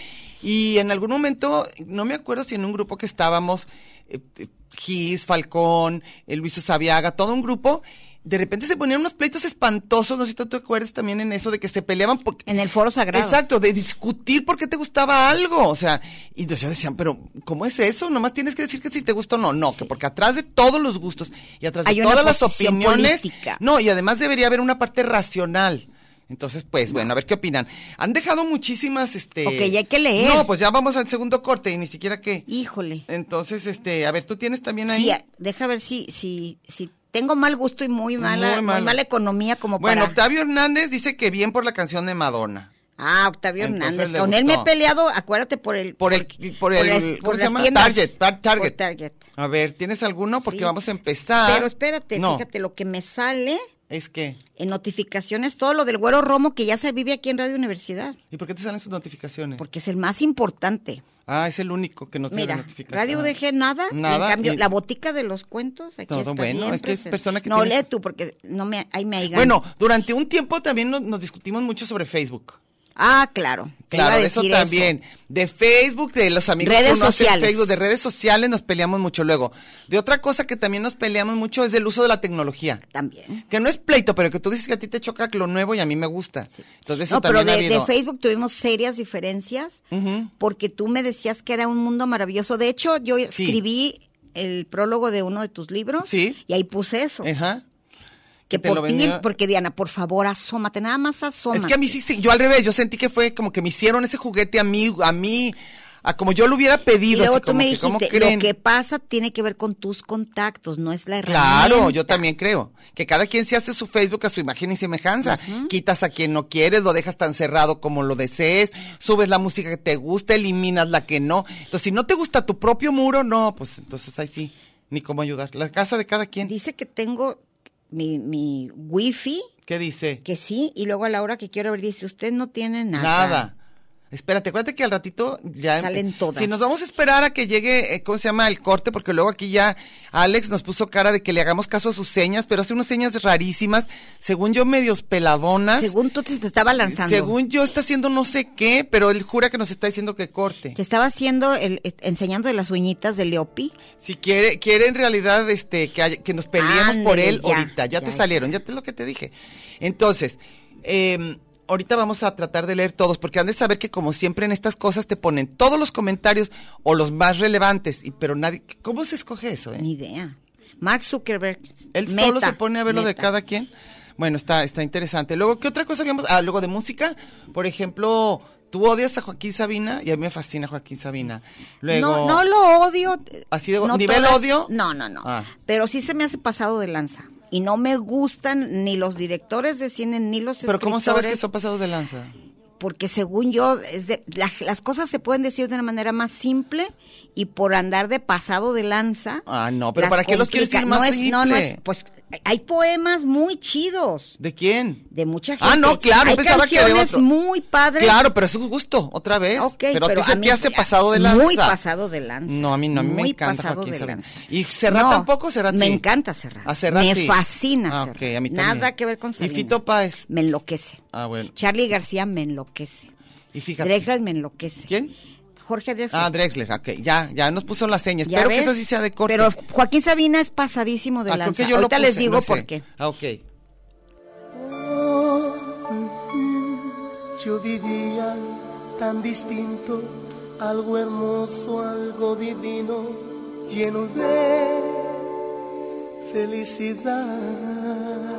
C: y en algún momento, no me acuerdo si en un grupo que estábamos, eh, eh, Gis, Falcón, eh, Luis Usabiaga, todo un grupo, de repente se ponían unos pleitos espantosos, no sé si tú te acuerdas también en eso, de que se peleaban porque...
D: En el foro sagrado.
C: Exacto, de discutir por qué te gustaba algo. O sea, y yo decían, pero ¿cómo es eso? Nomás tienes que decir que si te gusta o no. No, que porque atrás de todos los gustos y atrás
D: Hay
C: de
D: una
C: todas las
D: posición
C: opiniones.
D: política.
C: No, y además debería haber una parte racional. Entonces, pues, bueno, a ver qué opinan. Han dejado muchísimas, este.
D: Ok, ya hay que leer.
C: No, pues ya vamos al segundo corte y ni siquiera que.
D: Híjole.
C: Entonces, este, a ver, tú tienes también ahí.
D: Sí, a- deja ver si, si, si tengo mal gusto y muy mala,
C: Muy
D: muy
C: mal.
D: mala economía como
C: bueno,
D: para...
C: Octavio Hernández dice que bien por la canción de Madonna.
D: Ah, Octavio
C: Entonces
D: Hernández.
C: le
D: Con él me he
C: gustó.
D: peleado, acuérdate, por el...
C: Por el, por el,
D: las-
C: ¿cómo
D: por
C: se
D: las
C: llama?
D: tiendas.
C: Target, tar- Target.
D: Por Target.
C: A ver, ¿tienes alguno? Porque
D: Sí.
C: vamos a empezar.
D: Pero espérate,
C: No,
D: fíjate lo que me sale
C: es que,
D: en notificaciones, todo lo del güero Romo que ya se vive aquí en Radio Universidad,
C: ¿y por qué te salen sus notificaciones?
D: porque es el más importante.
C: Ah, es el único que nos llega
D: Mira,
C: notificaciones.
D: Radio
C: Ah.
D: DG nada, y
C: Nada,
D: en cambio
C: y-
D: la botica de los cuentos aquí
C: Todo
D: está
C: bueno,
D: bien
C: es que es
D: presente.
C: persona que
D: No
C: tiene
D: lee
C: sus-
D: tú porque no me ahí me aigan.
C: Bueno, durante un tiempo también nos, nos discutimos mucho sobre Facebook.
D: ah, claro. te iba
C: Claro,
D: a
C: de eso
D: decir
C: también. De Facebook, de los amigos
D: Redes
C: que uno hace en
D: sociales.
C: Facebook, de redes sociales nos peleamos mucho luego. De otra cosa que también nos peleamos mucho es del uso de la tecnología.
D: También.
C: Que no es pleito, pero que tú dices que a ti te choca lo nuevo y a mí me gusta. Entonces eso
D: no, pero
C: también
D: de,
C: ha
D: de
C: habido.
D: Facebook tuvimos serias diferencias
C: Ujú.
D: porque tú me decías que era un mundo maravilloso. De hecho, yo escribí el prólogo de uno de tus libros
C: Sí.
D: y ahí puse eso.
C: Ajá.
D: que
C: que te
D: por
C: lo
D: ti,
C: venía-
D: porque Diana, por favor, asómate, nada más asómate.
C: Es que a mí sí, sí, yo al revés, yo sentí que fue como que me hicieron ese juguete a mí, a mí, a como yo lo hubiera
D: Y
C: pedido.
D: luego
C: así
D: tú
C: como
D: me
C: que, ¿cómo
D: dijiste,
C: creen?
D: lo que pasa tiene que ver con tus contactos, no es la herramienta.
C: Claro, yo también creo. Que cada quien se hace su Facebook a su imagen y semejanza. Quitas a quien no quieres, lo dejas tan cerrado como lo desees, subes la música que te gusta, eliminas la que no. Entonces, si no te gusta tu propio muro, no, pues entonces ahí sí, ni cómo ayudar. La casa de cada quien.
D: Dice que tengo mi, mi wifi,
C: ¿Qué dice?
D: que sí, y luego a la hora que quiero ver dice, usted no tiene nada.
C: Nada. Espérate, acuérdate que al ratito ya...
D: Salen todas.
C: Si nos vamos a esperar a que llegue, eh, ¿cómo se llama? El corte, porque luego aquí ya Alex nos puso cara de que le hagamos caso a sus señas, pero hace unas señas rarísimas, según yo, medios peladonas.
D: Según tú te estaba lanzando.
C: Según yo está haciendo no sé qué, pero él jura que nos está diciendo que corte.
D: Te estaba haciendo, el, eh, enseñando de las uñitas de Leopi.
C: Si quiere, quiere en realidad este que, haya- que nos peleemos por
D: Ándele,
C: él
D: ya,
C: ahorita. Ya,
D: ya,
C: te
D: ya.
C: salieron, ya te lo que te dije. Entonces, eh, ahorita vamos a tratar de leer todos, porque han de saber que como siempre en estas cosas te ponen todos los comentarios o los más relevantes, y, pero nadie, ¿cómo se escoge eso? eh?
D: Ni idea. Mark Zuckerberg.
C: Él
D: meta,
C: solo se pone a ver lo de
D: meta.
C: cada quien. Bueno, está, está interesante. Luego, ¿qué otra cosa habíamos? Ah, luego de música. Por ejemplo, tú odias a Joaquín Sabina y a mí me fascina Joaquín Sabina. Luego,
D: No, no lo odio.
C: Así de-
D: No
C: ¿nivel odio?
D: No, no, no.
C: Ah.
D: Pero sí se me hace pasado de lanza. Y no me gustan ni los directores de cine ni los
C: pero ¿cómo sabes que
D: escritores,
C: son pasados de lanza?
D: Porque según yo, es de- la- las cosas se pueden decir de una manera más simple y por andar de pasado de lanza.
C: Ah, no, pero
D: las
C: ¿para qué los quieres
D: complica.
C: decir más
D: No es- no, no es-
C: simple?
D: pues hay poemas muy chidos
C: ¿De quién?
D: de mucha gente.
C: Ah, no, claro,
D: Hay
C: pensaba que de
D: canciones
C: otro.
D: muy padres.
C: Claro, pero es un gusto, otra vez.
D: Ok,
C: pero, a ti se
D: mí
C: te hace
D: fue
C: pasado de lanza.
D: Muy pasado de lanza.
C: No, a mí no, a mí me
D: Muy
C: encanta
D: pasado
C: Joaquín
D: de
C: Sabina.
D: lanza.
C: ¿Y Serrat tampoco, Serrat
D: Me
C: sí?
D: encanta Serrat.
C: A Serrat
D: Me
C: sí.
D: fascina
C: Ah,
D: Serrat.
C: ok, a mí también.
D: Nada que ver con
C: ¿Y
D: Sabina.
C: Fito Páez?
D: Me enloquece.
C: Ah, bueno.
D: Charlie García me enloquece.
C: Y fíjate.
D: Drexler me enloquece.
C: ¿Quién?
D: Jorge Drexler.
C: Ah, Drexler, ok, ya, ya nos puso las señas.
D: ¿Ya
C: Espero que
D: ves?
C: eso sí sea de corte.
D: Pero Joaquín Sabina es pasadísimo de
C: Ah, creo
D: lanza.
C: que yo lo
D: Ahorita les
C: puse,
D: digo
C: no sé.
D: por qué.
C: Ah, ok.
F: Yo vivía tan distinto, algo hermoso, algo divino, lleno de felicidad.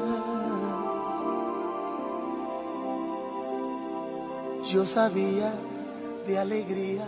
F: Yo sabía de alegrías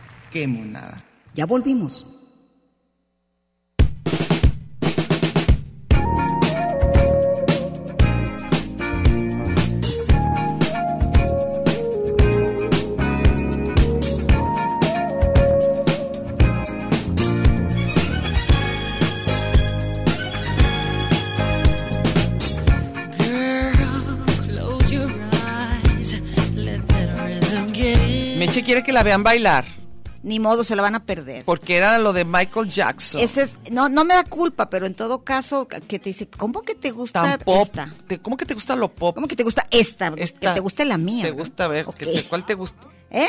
G: ¡Qué monada!
A: Ya volvimos.
H: Girl, close your eyes. Let that rhythm get in.
C: Meche quiere que la vean bailar,
D: Ni modo, se la van a perder.
C: porque era lo de Michael Jackson.
D: Ese es, no, no me da culpa, pero en todo caso, que te dice, ¿cómo que te gusta
C: tan pop.
D: esta?
C: Te- ¿Cómo que te gusta lo pop?
D: ¿Cómo que te gusta esta?
C: Esta-
D: que te guste la mía.
C: Te
D: ¿no?
C: gusta ver,
D: Ok.
C: que te- ¿cuál te gusta?
D: ¿Eh?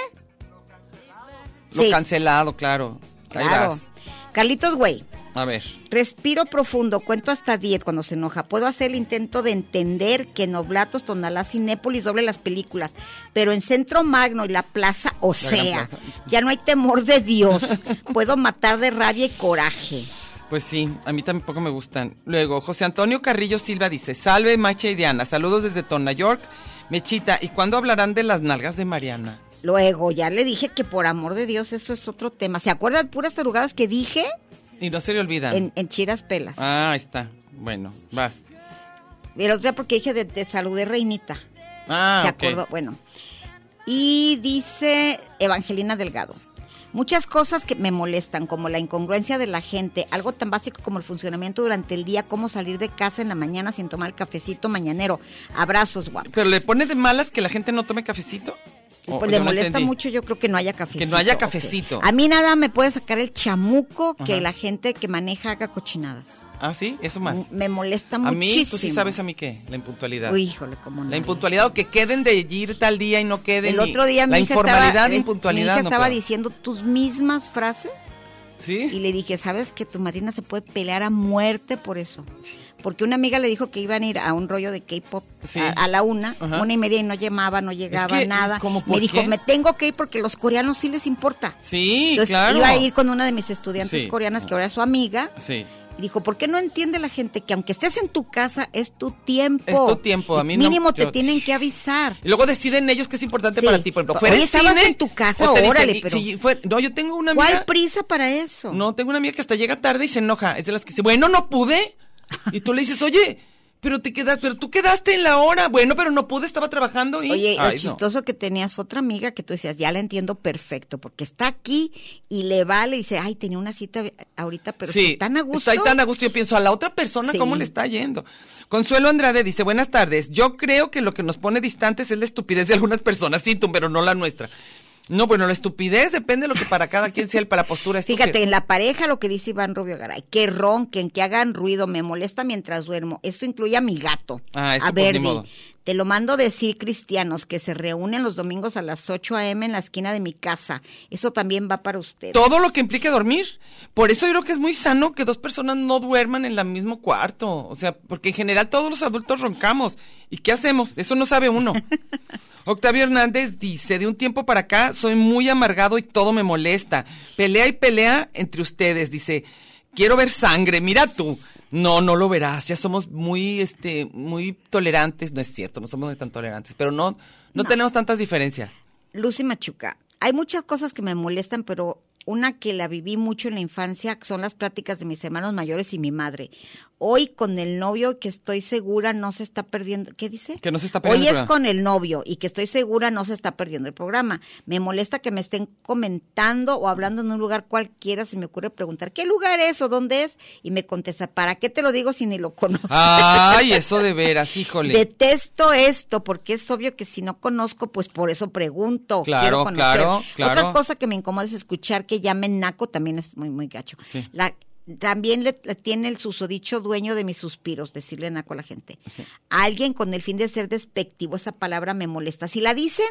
C: Lo
D: Sí.
C: cancelado, claro. Ahí
D: Claro.
C: vas.
D: Carlitos, güey.
C: A ver.
D: Respiro profundo, cuento hasta 10 cuando se enoja. Puedo hacer el intento de entender que en Oblatos, Tonalá, Cinépolis doble las películas, pero en Centro Magno y la Plaza Osea,
C: Plaza.
D: ya no hay temor de Dios. (laughs) Puedo matar de rabia y coraje.
C: Pues sí, a mí tampoco me gustan. Luego, José Antonio Carrillo Silva dice, salve Macha y Diana, saludos desde Tona York. Mechita, ¿y cuándo hablarán de las nalgas de Mariana?
D: Luego, ya le dije que por amor de Dios, eso es otro tema. ¿Se acuerdan puras tarugadas que dije
C: Y no se le olvidan.
D: en, en Chiras Pelas?
C: Ah, ahí está. Bueno, vas.
D: El otro día porque dije de, de saludé reinita.
C: Ah,
D: se
C: ok.
D: acordó, bueno. Y dice Evangelina Delgado. Muchas cosas que me molestan, como la incongruencia de la gente, algo tan básico como el funcionamiento durante el día, cómo salir de casa en la mañana sin tomar el cafecito mañanero. Abrazos, guapo.
C: Pero le pone de malas que la gente no tome cafecito. O-
D: Pues
C: Oh, yo
D: le
C: no
D: molesta
C: entendí.
D: mucho, yo creo que no haya cafecito.
C: Que no haya
D: ok.
C: cafecito.
D: A mí nada me puede sacar el chamuco que
C: Ajá.
D: la gente que maneja haga cochinadas.
C: Ah, sí, eso más.
D: Mm, Me molesta
C: A
D: muchísimo.
C: mí, tú sí sabes a mí qué, la impuntualidad.
D: Uy, híjole, cómo no.
C: La impuntualidad o que queden de ir tal día y no queden.
D: El
C: y
D: otro día mi
C: La
D: hija
C: informalidad,
D: estaba,
C: la impuntualidad.
D: Mi hija
C: no
D: estaba
C: puedo.
D: diciendo tus mismas frases y
C: ¿Sí?
D: le dije, ¿sabes que tu madrina se puede pelear a muerte por eso? Porque una amiga le dijo que iban a ir a un rollo de K-pop
C: Sí.
D: a, a la una,
C: Ajá.
D: una y media y no llamaba, no llegaba,
C: que,
D: nada.
C: ¿cómo por
D: me dijo,
C: qué?
D: me tengo que ir porque los coreanos sí les importa.
C: Sí,
D: Entonces
C: claro.
D: iba a ir con una de mis estudiantes
C: Sí.
D: coreanas que ahora es su amiga.
C: Sí.
D: Y dijo, ¿por qué no entiende la gente que aunque estés en tu casa es tu tiempo?
C: Es tu tiempo, a mí no-
D: Mínimo te
C: yo-
D: tienen que avisar.
C: Y luego deciden ellos que es importante
D: Sí.
C: para ti. Por ejemplo, fuera
D: Oye,
C: el
D: estabas
C: cine,
D: en tu casa,
C: o te dicen,
D: órale,
C: y-
D: pero-
C: si fue- no, yo tengo una amiga.
D: ¿Cuál prisa para eso?
C: No, tengo una amiga que hasta llega tarde y se enoja. Es de las que dice, bueno, no pude. Y tú le dices, oye, pero te quedas, pero tú quedaste en la hora. Bueno, pero no pude, estaba trabajando y.
D: Oye,
C: Ay,
D: lo
C: no.
D: chistoso que tenías otra amiga que tú decías, ya la entiendo perfecto, porque está aquí y le vale y dice, ay, tenía una cita ahorita, pero
C: sí,
D: está tan a gusto.
C: Está tan a gusto. Yo pienso a la otra persona
D: Sí.
C: cómo le está yendo. Consuelo Andrade dice, buenas tardes. Yo creo que lo que nos pone distantes es la estupidez de algunas personas, sí, tú, pero no la nuestra. No, bueno, la estupidez depende de lo que para cada quien sea el, para la postura estúpida.
D: Fíjate, en la pareja lo que dice Iván Rubio Garay, que ronquen, que hagan ruido, me molesta mientras duermo. Esto incluye a mi gato,
C: Ah, eso
D: a
C: pues, ni
D: Verdi.
C: modo.
D: Te lo mando decir, cristianos, que se reúnen los domingos a las 8 a.m. en la esquina de mi casa. Eso también va para ustedes.
C: Todo lo que implique dormir. Por eso yo creo que es muy sano que dos personas no duerman en el mismo cuarto. O sea, porque en general todos los adultos roncamos. ¿Y qué hacemos? Eso no
D: (laughs)
C: sabe uno. Octavio Hernández dice, de un tiempo para acá soy muy amargado y todo me molesta. Pelea y pelea entre ustedes. Dice, quiero ver sangre, mira tú. No, no lo verás. Ya somos muy, este, muy tolerantes. No es cierto, no somos tan tolerantes, pero no, no. tenemos tantas diferencias.
D: Lucy Machuca, hay muchas cosas que me molestan, pero una que la viví mucho en la infancia son las pláticas de mis hermanos mayores y mi madre. Hoy con el novio que estoy segura no se está perdiendo. ¿Qué dice?
C: Que no se está perdiendo
D: Hoy
C: el
D: es
C: programa.
D: con el novio y que estoy segura no se está perdiendo el programa. Me molesta que me estén comentando o hablando en un lugar cualquiera. Se me ocurre preguntar, ¿qué lugar es o dónde es? Y me contesta, ¿para qué te lo digo si ni lo (laughs) conozco?
C: Ay, eso de veras, híjole.
D: Detesto esto porque es obvio que si no conozco, pues por eso pregunto.
C: Claro,
D: Quiero conocer.
C: claro, claro.
D: Otra cosa que me incomoda es escuchar que llamen naco, también es muy, muy gacho.
C: Sí.
D: La- también le, le tiene el susodicho dueño de mis suspiros, decirle naco a la gente. Alguien con el fin de ser despectivo, esa palabra me molesta. Si la dicen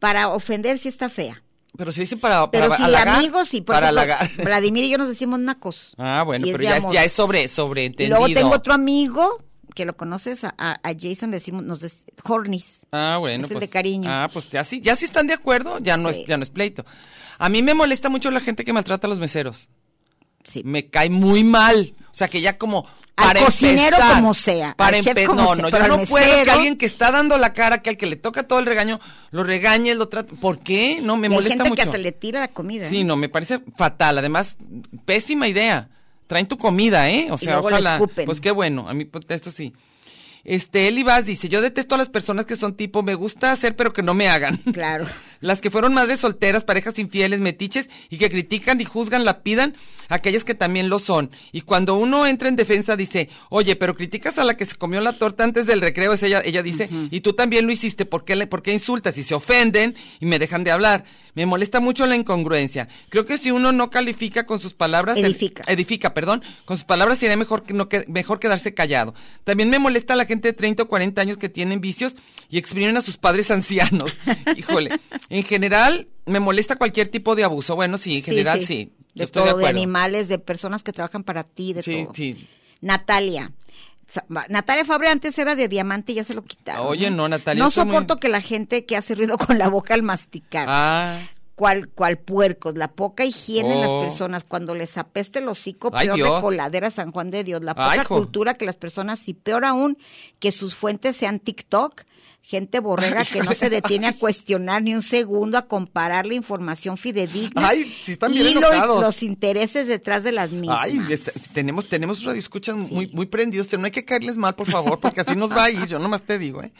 D: para ofender, sí está fea.
C: Pero se dice para, para
D: Pero si
C: halagar,
D: amigos y por
C: para
D: ejemplo, (laughs)
C: halagar.
D: Vladimir y yo nos decimos nacos.
C: Ah, bueno,
D: Y es
C: pero
D: de
C: ya es,
D: amor.
C: ya es sobre
D: Y
C: sobreentendido.
D: luego tengo otro amigo que lo conoces, a, a- a Jason le decimos, nos des- Hornis.
C: Ah, bueno,
D: es el
C: pues.
D: de cariño.
C: Ah, pues ya sí, ya sí están de acuerdo, ya no
D: Sí.
C: es ya no es pleito. A mí me molesta mucho la gente que maltrata a los meseros.
D: Sí.
C: Me cae muy mal. O sea, que ya como
D: Al
C: para
D: cocinero
C: empezar,
D: como sea,
C: Para
D: al chef
C: empe-
D: como
C: no,
D: sea,
C: no,
D: pero
C: yo
D: al
C: no puedo que
D: mesero-
C: alguien que está dando la cara, que al que le toca todo el regaño, lo regañe, lo trate. ¿Por qué? No, me
D: Y hay
C: molesta
D: gente
C: mucho.
D: que hasta le tira la comida. ¿eh?
C: Sí, no, me parece fatal. Además, pésima idea. Traen tu comida, ¿eh? O sea,
D: luego la
C: ojalá.
D: escupen.
C: Pues qué bueno, a mí pues, esto sí. Este, Eli Vaz dice, yo detesto a las personas que son tipo, me gusta hacer pero que no
D: (laughs)
C: me hagan.
D: (laughs) Claro.
C: Las que fueron madres solteras, parejas infieles, metiches y que critican y juzgan, la pidan a aquellas que también lo son. Y cuando uno entra en defensa dice, oye, pero criticas a la que se comió la torta antes del recreo, es ella, ella dice, y tú también lo hiciste, ¿por qué, le- ¿por qué insultas? Y se ofenden y me dejan de hablar. Me molesta mucho la incongruencia. Creo que si uno no califica con sus palabras... el-
D: Edifica.
C: edifica, perdón, con sus palabras sería mejor que no que- mejor quedarse callado. También me molesta la gente de 30 o 40 años que tienen vicios y exprimen a sus padres (laughs) ancianos. Híjole, en general me molesta cualquier tipo de abuso. Bueno, sí, en general sí. Yo
D: De
C: estoy
D: todo,
C: de
D: de,
C: acuerdo.
D: animales, de personas que trabajan para ti, de
C: Sí,
D: todo.
C: sí.
D: Natalia. Fa- Ma- Natalia Fabre antes era de diamante y ya se lo quitaron. ¿eh?
C: Oye, no, Natalia,
D: No
C: estoy muy-
D: soporto que la gente que hace ruido con la boca al masticar.
C: Ah,
D: Cual, cual puercos, la poca higiene en las
C: Oh.
D: personas, cuando les apeste el hocico,
C: Ay,
D: peor
C: Dios.
D: de coladera San Juan de Dios, la poca
C: Ay, hijo.
D: cultura que las personas, y peor aún, que sus fuentes sean TikTok, gente borrega que no se detiene a cuestionar ni un segundo, a comparar la información fidedigna
C: Ay, sí están
D: y
C: bien
D: lo-
C: enojados.
D: los intereses detrás de las mismas.
C: ay, este, está- tenemos tenemos radioescuchas muy muy prendidos, pero no hay que caerles mal, por favor, porque así nos va a ir, yo nomás te digo, ¿eh?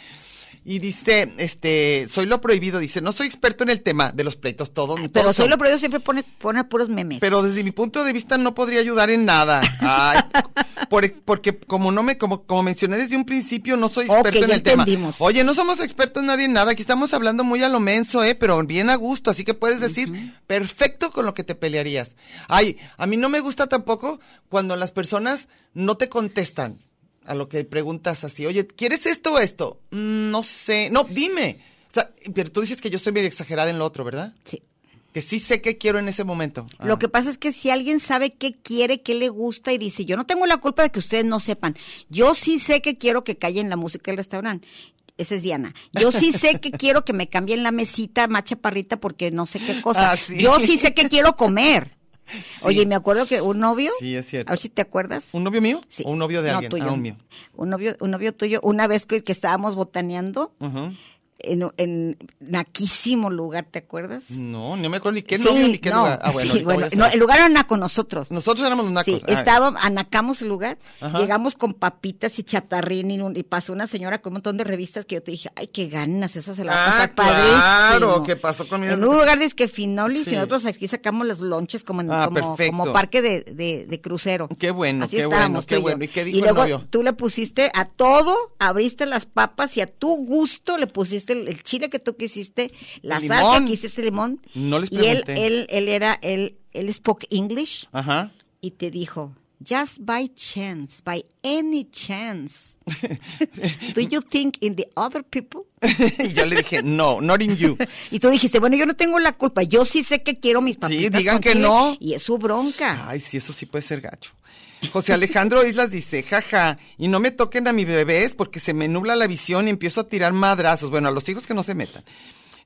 C: Y dice, este, soy lo prohibido, dice, no soy experto en el tema de los pleitos, todos.
D: Pero
C: todos
D: soy
C: son-
D: lo prohibido siempre pone, pone puros memes.
C: pero desde mi punto de vista no podría ayudar en nada. Ay, por- porque como no me, como, como mencioné desde un principio, no soy experto
D: Ok,
C: en
D: ya
C: el tema.
D: entendimos.
C: Oye, no somos expertos nadie en nada. Aquí estamos hablando muy a lo menso, eh, pero bien a gusto. Así que puedes decir perfecto con lo que te pelearías. Ay, a mí no me gusta tampoco cuando las personas no te contestan a lo que preguntas así. Oye, ¿quieres esto o esto? "Mm, No sé. No, dime. O sea, pero tú dices que yo soy medio exagerada en lo otro, ¿verdad?
D: Sí.
C: Que sí sé qué quiero en ese momento. Ah.
D: Lo que pasa es que si alguien sabe qué quiere, qué le gusta y dice, yo no tengo la culpa de que ustedes no sepan. Yo sí sé que quiero que callen la música del restaurante. Esa es Diana. Yo sí sé
C: (laughs)
D: que quiero que me cambien la mesita más chaparrita porque no sé qué cosa.
C: Ah, sí.
D: Yo sí sé que quiero
C: (laughs)
D: comer. Oye, y me acuerdo que un novio.
C: Sí, es cierto.
D: A ver si te acuerdas.
C: ¿Un novio mío?
D: Sí.
C: ¿O un novio de
D: No,
C: alguien?
D: tuyo.
C: Ah, un mío.
D: Un novio, un novio tuyo, una vez que, que estábamos botaneando
C: Ujú.
D: en, en naquísimo lugar, ¿te acuerdas?
C: No, no me acuerdo ni qué
D: Sí,
C: novio ni qué lugar. Ah,
D: sí,
C: bueno, ahorita voy a
D: no,
C: saber.
D: el lugar era con nosotros.
C: Nosotros éramos una
D: sí,
C: cosa. Ah,
D: estábamos, anacamos el lugar,
C: Ajá.
D: llegamos con papitas y chatarrín y, un- y pasó una señora con un montón de revistas que yo te dije, ay, qué ganas, esa se la va a
C: Ah,
D: pasar padrísimo.
C: claro, que pasó con mi-
D: En un lugar dice que finolis
C: Sí.
D: y nosotros aquí sacamos los lonches como, en-
C: Ah,
D: como,
C: perfecto.
D: como parque de, de- de crucero.
C: Qué bueno,
D: Así
C: qué bueno,
D: estábamos,
C: qué
D: tú y yo.
C: bueno. ¿Y qué dijo el
D: luego
C: novio?
D: tú le pusiste a todo, abriste las papas y a tu gusto le pusiste el, el chile que tú quisiste, la
C: El
D: salsa
C: limón.
D: que hiciste limón.
C: No les
D: Y él,
C: pregunté.
D: él, él era, él, él spoke English
C: Ajá. (laughs)
D: y te dijo, just by chance, by any
C: (laughs)
D: chance, do you think in the other people?
C: y yo le dije, no, not
D: (laughs)
C: in you.
D: Y tú dijiste, bueno, yo no tengo la culpa, yo sí sé que quiero mis papitas.
C: digan
D: con
C: que
D: chile",
C: no.
D: Y es su bronca.
C: Ay, sí, eso sí puede ser gacho. José Alejandro Islas dice, jaja, y no me toquen a mis bebés porque se me nubla la visión y empiezo a tirar madrazos. Bueno, a los hijos que no se metan.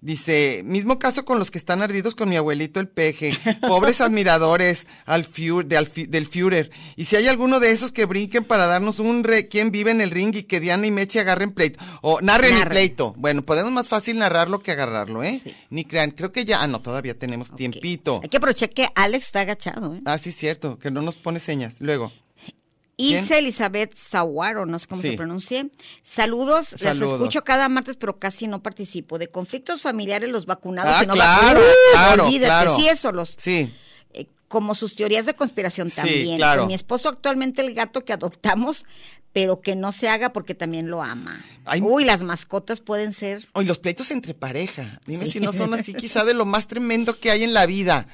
C: Dice, mismo caso con los que están ardidos con mi abuelito el peje, pobres admiradores al Führ- de al Fü- del Führer. Y si hay alguno de esos que brinquen para darnos un re, quién vive en el ring y que Diana y Meche agarren pleito, o narren el
D: Narren.
C: pleito. Bueno, podemos más fácil narrarlo que agarrarlo, ¿eh? Ni crean, creo que ya, ah, no, todavía tenemos tiempito.
D: Hay que aprovechar que Alex está agachado. ¿eh?
C: Ah, sí, cierto, que no nos pone señas. Luego, ¿Quién?
D: Ilse Elizabeth Saguaro, no sé cómo
C: Sí.
D: se pronuncie. Saludos, las
C: Saludos.
D: escucho cada martes, pero casi no participo. De conflictos familiares, los vacunados
C: Ah,
D: y no
C: claro,
D: vacunados.
C: claro,
D: Olvídate,
C: claro.
D: sí, eso, los,
C: sí,
D: eh, como sus teorías de conspiración
C: Sí,
D: también. Con
C: claro.
D: mi esposo actualmente el gato que adoptamos, pero que no se haga porque también lo ama.
C: Ay.
D: Uy, las mascotas pueden ser.
C: Oye, los pleitos entre pareja. Dime si no son así quizá de lo más tremendo que hay en la vida.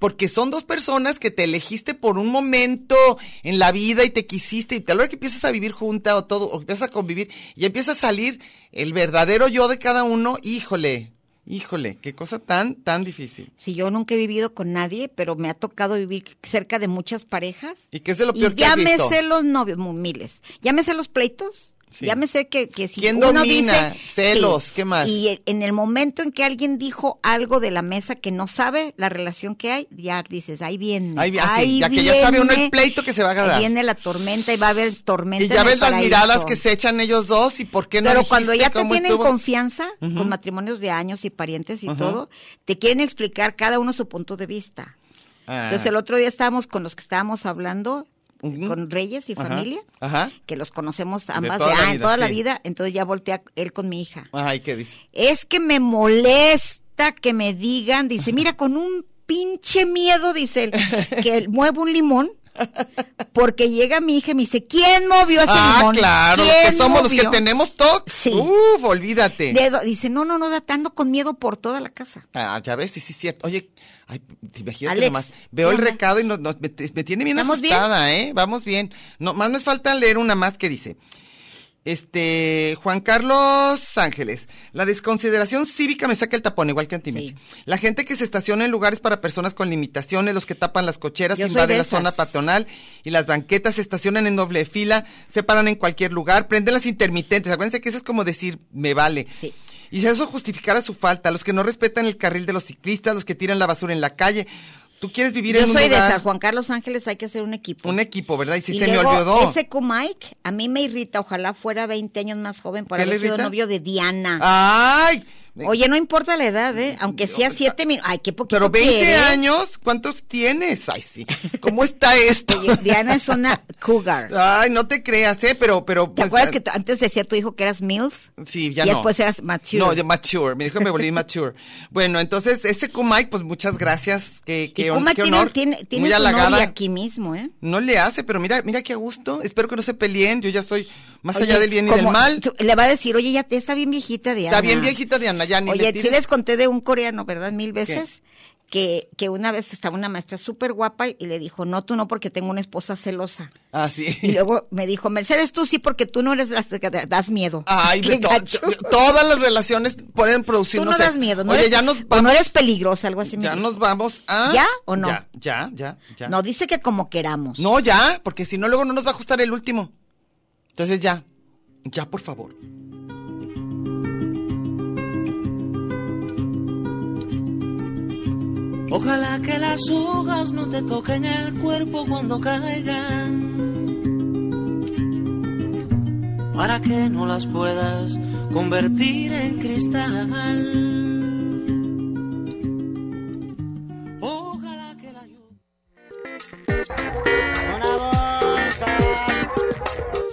C: Porque son dos personas que te elegiste por un momento en la vida y te quisiste. Y a la hora que empiezas a vivir junta o todo, o empiezas a convivir y empieza a salir el verdadero yo de cada uno, híjole, híjole, qué cosa tan, tan difícil.
D: Si yo nunca he vivido con nadie, pero me ha tocado vivir cerca de muchas parejas.
C: ¿Y qué es de lo
D: Y
C: peor que has
D: ya me
C: visto?
D: sé los novios, mu- miles. Ya me sé los pleitos.
C: Sí.
D: Ya me sé que, que si
C: ¿Quién
D: uno
C: domina?
D: dice-
C: Celos,
D: Sí.
C: ¿qué más?
D: Y e- en el momento en que alguien dijo algo de la mesa que no sabe la relación que hay, ya dices, ahí viene.
C: Ahí vi- ah, sí, ya que ya sabe uno el pleito que se va a agarrar.
D: Ahí viene la tormenta y va a haber tormenta.
C: Y ya
D: en el
C: ves las
D: paraíso.
C: miradas que se echan ellos dos y por qué no
D: Pero cuando
C: dijiste
D: ya te
C: cómo
D: tienen
C: estuvo?
D: confianza, con matrimonios de años y parientes y todo, te quieren explicar cada uno su punto de vista.
C: Ah,
D: Entonces el otro día estábamos con los que estábamos hablando,
C: Ujú.
D: con Reyes y
C: Ajá,
D: familia,
C: ajá.
D: que los conocemos ambas de,
C: toda la
D: ah, en
C: vida,
D: toda la
C: sí. Ah.
D: vida, entonces ya voltea él con mi hija.
C: Ay, ¿qué dice?
D: Es que me molesta que me digan, dice, mira, con un pinche miedo, dice
C: (laughs)
D: él, que él mueve un limón. Porque llega mi hija y me dice, ¿quién movió ese
C: Ah,
D: limón?
C: claro, los que
D: ¿Quién
C: somos los que
D: movió?"
C: tenemos TOC.
D: Sí.
C: Uf, olvídate.
D: Dedo- dice, no, no, no, da- ando con miedo por toda la casa.
C: Ah, ya ves, sí, sí, es cierto. Oye, ay, te imagínate
D: Alex,
C: nomás. Veo el
D: llama.
C: recado y nos- nos- me, te- me tiene bien
D: ¿Vamos bien?
C: asustada, ¿eh? Vamos bien. No, más nos falta leer una más que dice. Este, Juan Carlos Ángeles, la desconsideración cívica me saca el tapón, igual que Antimeche. La gente que se estaciona en lugares para personas con limitaciones, los que tapan las cocheras, e
D: Yo soy
C: invaden
D: de
C: la
D: esas.
C: zona patronal y las banquetas se estacionan en doble fila, se paran en cualquier lugar, prenden las intermitentes. Acuérdense que eso es como decir, me vale.
D: Sí.
C: Y si eso justificara su falta, los que no respetan el carril de los ciclistas, los que tiran la basura en la calle. Tú quieres vivir
D: Yo
C: en un
D: soy de
C: lugar-
D: esas, Juan Carlos Ángeles, hay que hacer un equipo.
C: un equipo, ¿verdad? Y si
D: Y
C: se
D: luego,
C: me olvidó.
D: Ese Comike, a mí me irrita, ojalá fuera 20 años más joven para
C: ¿Qué le Ah,
D: haber sido
C: irrita?
D: novio de Diana.
C: Ay,
D: Oye, no importa la edad, ¿eh? Aunque sea siete minutos. Ay, qué poquito.
C: pues, Pero 20
D: quieres.
C: años, ¿cuántos tienes? Ay, sí. ¿Cómo está esto?
D: Oye, Diana es
C: (laughs)
D: una cougar. ¿Te
C: Ay, no te creas, ¿eh? Pero, pero. Ah, pues,
D: acuerdas que
C: ah,
D: t- antes decía tu hijo que eras MILF?
C: Sí, ya
D: y
C: no.
D: después eras mature.
C: No, de mature. Me dijo que me
D: (laughs)
C: volví mature. Bueno, entonces, ese Kumai, pues muchas gracias. Qué,
D: y
C: qué, hon-
D: Kuma
C: qué
D: tiene,
C: honor.
D: tiene, tiene
C: Muy
D: su
C: halagada.
D: novia aquí mismo, ¿eh?
C: No le hace, pero mira, mira qué a gusto. Espero que no se peleen. Yo ya soy más
D: Oye,
C: allá del bien y
D: como
C: del mal.
D: tú- Le va a decir, oye, ya te- está bien viejita Diana.
C: Está bien viejita Diana, ya ni le
D: Oye, sí
C: tires.
D: les conté de un coreano, ¿verdad? Mil veces. Que, que una vez estaba una maestra súper guapa y le dijo, no, tú no, porque tengo una esposa celosa.
C: Ah, sí.
D: Y luego me dijo, Mercedes, tú sí, porque tú no eres la que da- das miedo.
C: (laughs)
D: (laughs)
C: Ay,
D: Qué
C: de to-
D: gacho.
C: de- todas las relaciones pueden producir
D: Tú no
C: sé,
D: das miedo, ¿no?
C: Oye,
D: eres,
C: ya nos
D: o
C: vamos.
D: no eres peligrosa, algo así. me
C: ya
D: dijo.
C: nos vamos a.
D: ¿Ya o no?
C: Ya, ya, ya. ya.
D: No, dice que como queramos.
C: No, ya, porque si no, luego no nos va a gustar el último. Entonces ya, ya, por favor.
H: Ojalá que las hojas no te toquen el cuerpo cuando caigan. Para que no las puedas convertir en cristal. Ojalá que la lluvia.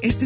G: Este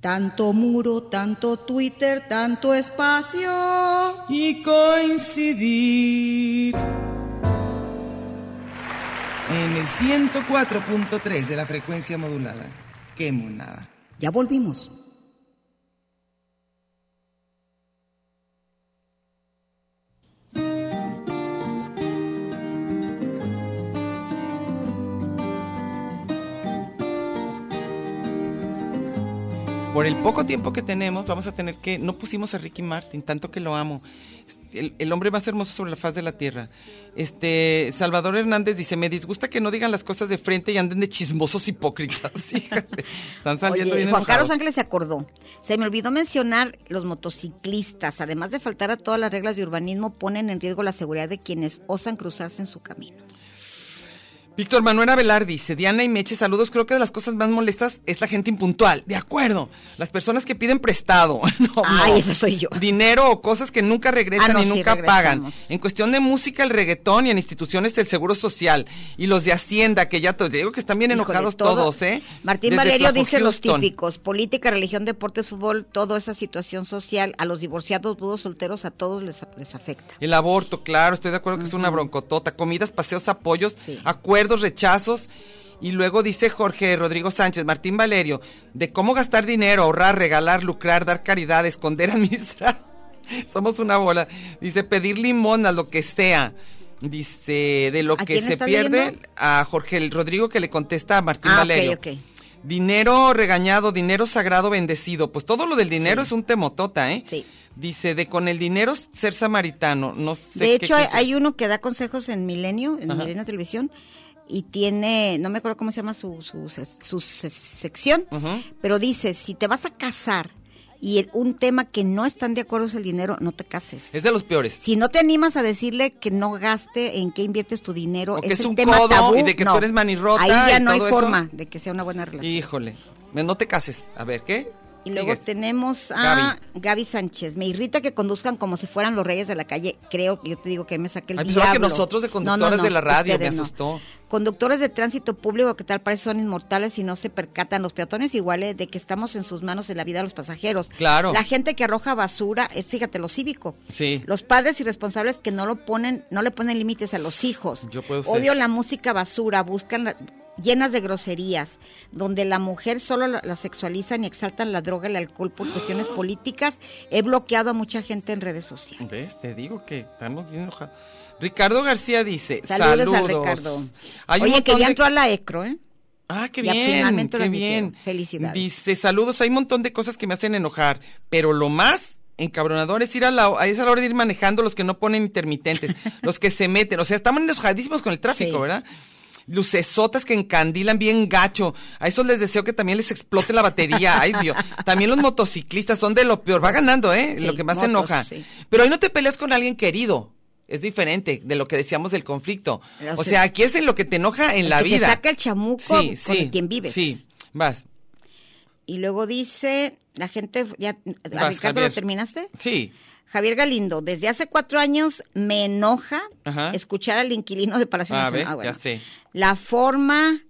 A: Tanto muro, tanto Twitter, tanto espacio.
G: y coincidir. En el 104.3 de la frecuencia modulada. Qué monada.
A: Ya volvimos.
C: Por el poco tiempo que tenemos, vamos a tener que. No pusimos a Ricky Martin, tanto que lo amo. Este, El, el hombre más hermoso sobre la faz de la tierra. Este Salvador Hernández dice: Me disgusta que no digan las cosas de frente y anden de chismosos hipócritas. (laughs) Híjole, están saliendo
D: Oye,
C: bien
D: Juan
C: enojados.
D: Carlos Ángeles se acordó. Se me olvidó mencionar los motociclistas. Además de faltar a todas las reglas de urbanismo, ponen en riesgo la seguridad de quienes osan cruzarse en su camino.
C: Víctor Manuel Avelar dice, Diana y Meche, saludos, creo que de las cosas más molestas es la gente impuntual. De acuerdo, las personas que piden prestado. (laughs) No,
D: Ay,
C: Oh, no.
D: esa soy yo.
C: Dinero o cosas que nunca regresan
D: Ah, no,
C: y
D: sí,
C: nunca pagan.
D: regresamos.
C: En cuestión de música, el reggaetón y en instituciones el Seguro Social. Y los de Hacienda, que ya te digo que están bien
D: Híjole,
C: enojados
D: todo-
C: todos, ¿eh?
D: Martín
C: Desde
D: Valerio
C: Tlajo,
D: dice los
C: Houston.
D: típicos, política, religión, deporte, fútbol, toda esa situación social, a los divorciados, budos, solteros, a todos les, les afecta.
C: El aborto, claro, estoy de acuerdo que es una broncotota. Comidas, paseos, apoyos,
D: Sí.
C: acuerdos, rechazos. Y luego dice Jorge Rodrigo Sánchez, Martín Valerio, de cómo gastar dinero, ahorrar, regalar, lucrar, dar caridad, esconder, (laughs) administrar. Somos una bola. Dice pedir limón a lo que sea. Dice de lo
D: ¿A
C: que
D: quién
C: se
D: está
C: pierde
D: leyendo?
C: a Jorge el Rodrigo que le contesta a Martín
D: Ah, ok,
C: Valerio.
D: ok.
C: Dinero regañado, dinero sagrado bendecido. Pues todo lo del dinero es un temotota, ¿eh?
D: Sí.
C: Dice, de con el dinero ser samaritano. No sé
D: De
C: qué
D: hecho, hay,
C: quiso-
D: hay uno que da consejos en Milenio, en Milenio Televisión, y tiene, no me acuerdo cómo se llama su, su, ses- su ses- sección,
C: Ujú.
D: pero dice, si te vas a casar y el- un tema que no están de acuerdo es el dinero, no te cases.
C: Es de los peores.
D: Si no te animas a decirle que no gaste, en qué inviertes tu dinero,
C: O que es
D: el
C: un
D: tema
C: codo
D: tabú,
C: y de que tú
D: no.
C: eres manirrota
D: Ahí ya
C: y
D: no hay
C: todo eso.
D: forma de que sea una buena relación.
C: Híjole. Me- No te cases. A ver, ¿qué?
D: Y luego
C: Sigues.
D: tenemos a Gaby. Sánchez. Me irrita que conduzcan como si fueran los reyes de la calle. Creo que yo te digo que me saqué el
C: Ay, pensaba
D: diablo.
C: que nosotros de conductoras de la radio, me asustó.
D: Conductores de tránsito público que tal parece son inmortales y no se percatan los peatones iguales de que estamos en sus manos en la vida de los pasajeros.
C: Claro.
D: La gente que arroja basura, eh, fíjate, lo cívico.
C: Sí.
D: Los padres irresponsables que no lo ponen, no le ponen límites a los hijos.
C: Yo puedo ser.
D: Odio la música basura, buscan la- llenas de groserías, donde la mujer solo la, la sexualizan y exaltan la droga, el alcohol por
C: (gasps)
D: cuestiones políticas. He bloqueado a mucha gente en redes sociales.
C: ¿Ves? Te digo que estamos bien enojados. Ricardo García dice,
D: Saludos,
C: saludos.
D: a Ricardo.
C: Hay un
D: Oye, que
C: montón
D: ya
C: de-
D: entró a la ECRO, ¿eh?
C: Ah, qué
D: Ya
C: bien,
D: finalmente lo
C: qué
D: admitieron.
C: bien.
D: Felicidades.
C: Dice, saludos, hay un montón de cosas que me hacen enojar, pero lo más encabronador es ir a la, es a la hora de
D: (laughs)
C: ir manejando los que no ponen intermitentes, los que se meten, o sea, estamos enojadísimos con el tráfico,
D: Sí.
C: ¿verdad? lucesotas que encandilan bien gacho. A esos les deseo que también les explote la batería. Ay, Dios. También los motociclistas son de lo peor. Va ganando, ¿eh?
D: Sí,
C: lo que más
D: motos,
C: enoja.
D: sí.
C: Pero ahí no te peleas con alguien querido. Es diferente de lo que decíamos del conflicto.
D: Pero
C: o
D: sí.
C: sea, aquí es en lo que te enoja en
D: El
C: la
D: que te
C: vida.
D: saca el chamuco con quien vives.
C: Sí, vas.
D: Y luego dice, la gente, ya, ¿a
C: Vas,
D: Ricardo,
C: Javier.
D: ¿lo terminaste?
C: Sí.
D: Javier Galindo, desde hace cuatro años me enoja
C: Ajá.
D: escuchar al inquilino de Palacio
C: Ah,
D: Nacional.
C: ves, ya sé.
D: La forma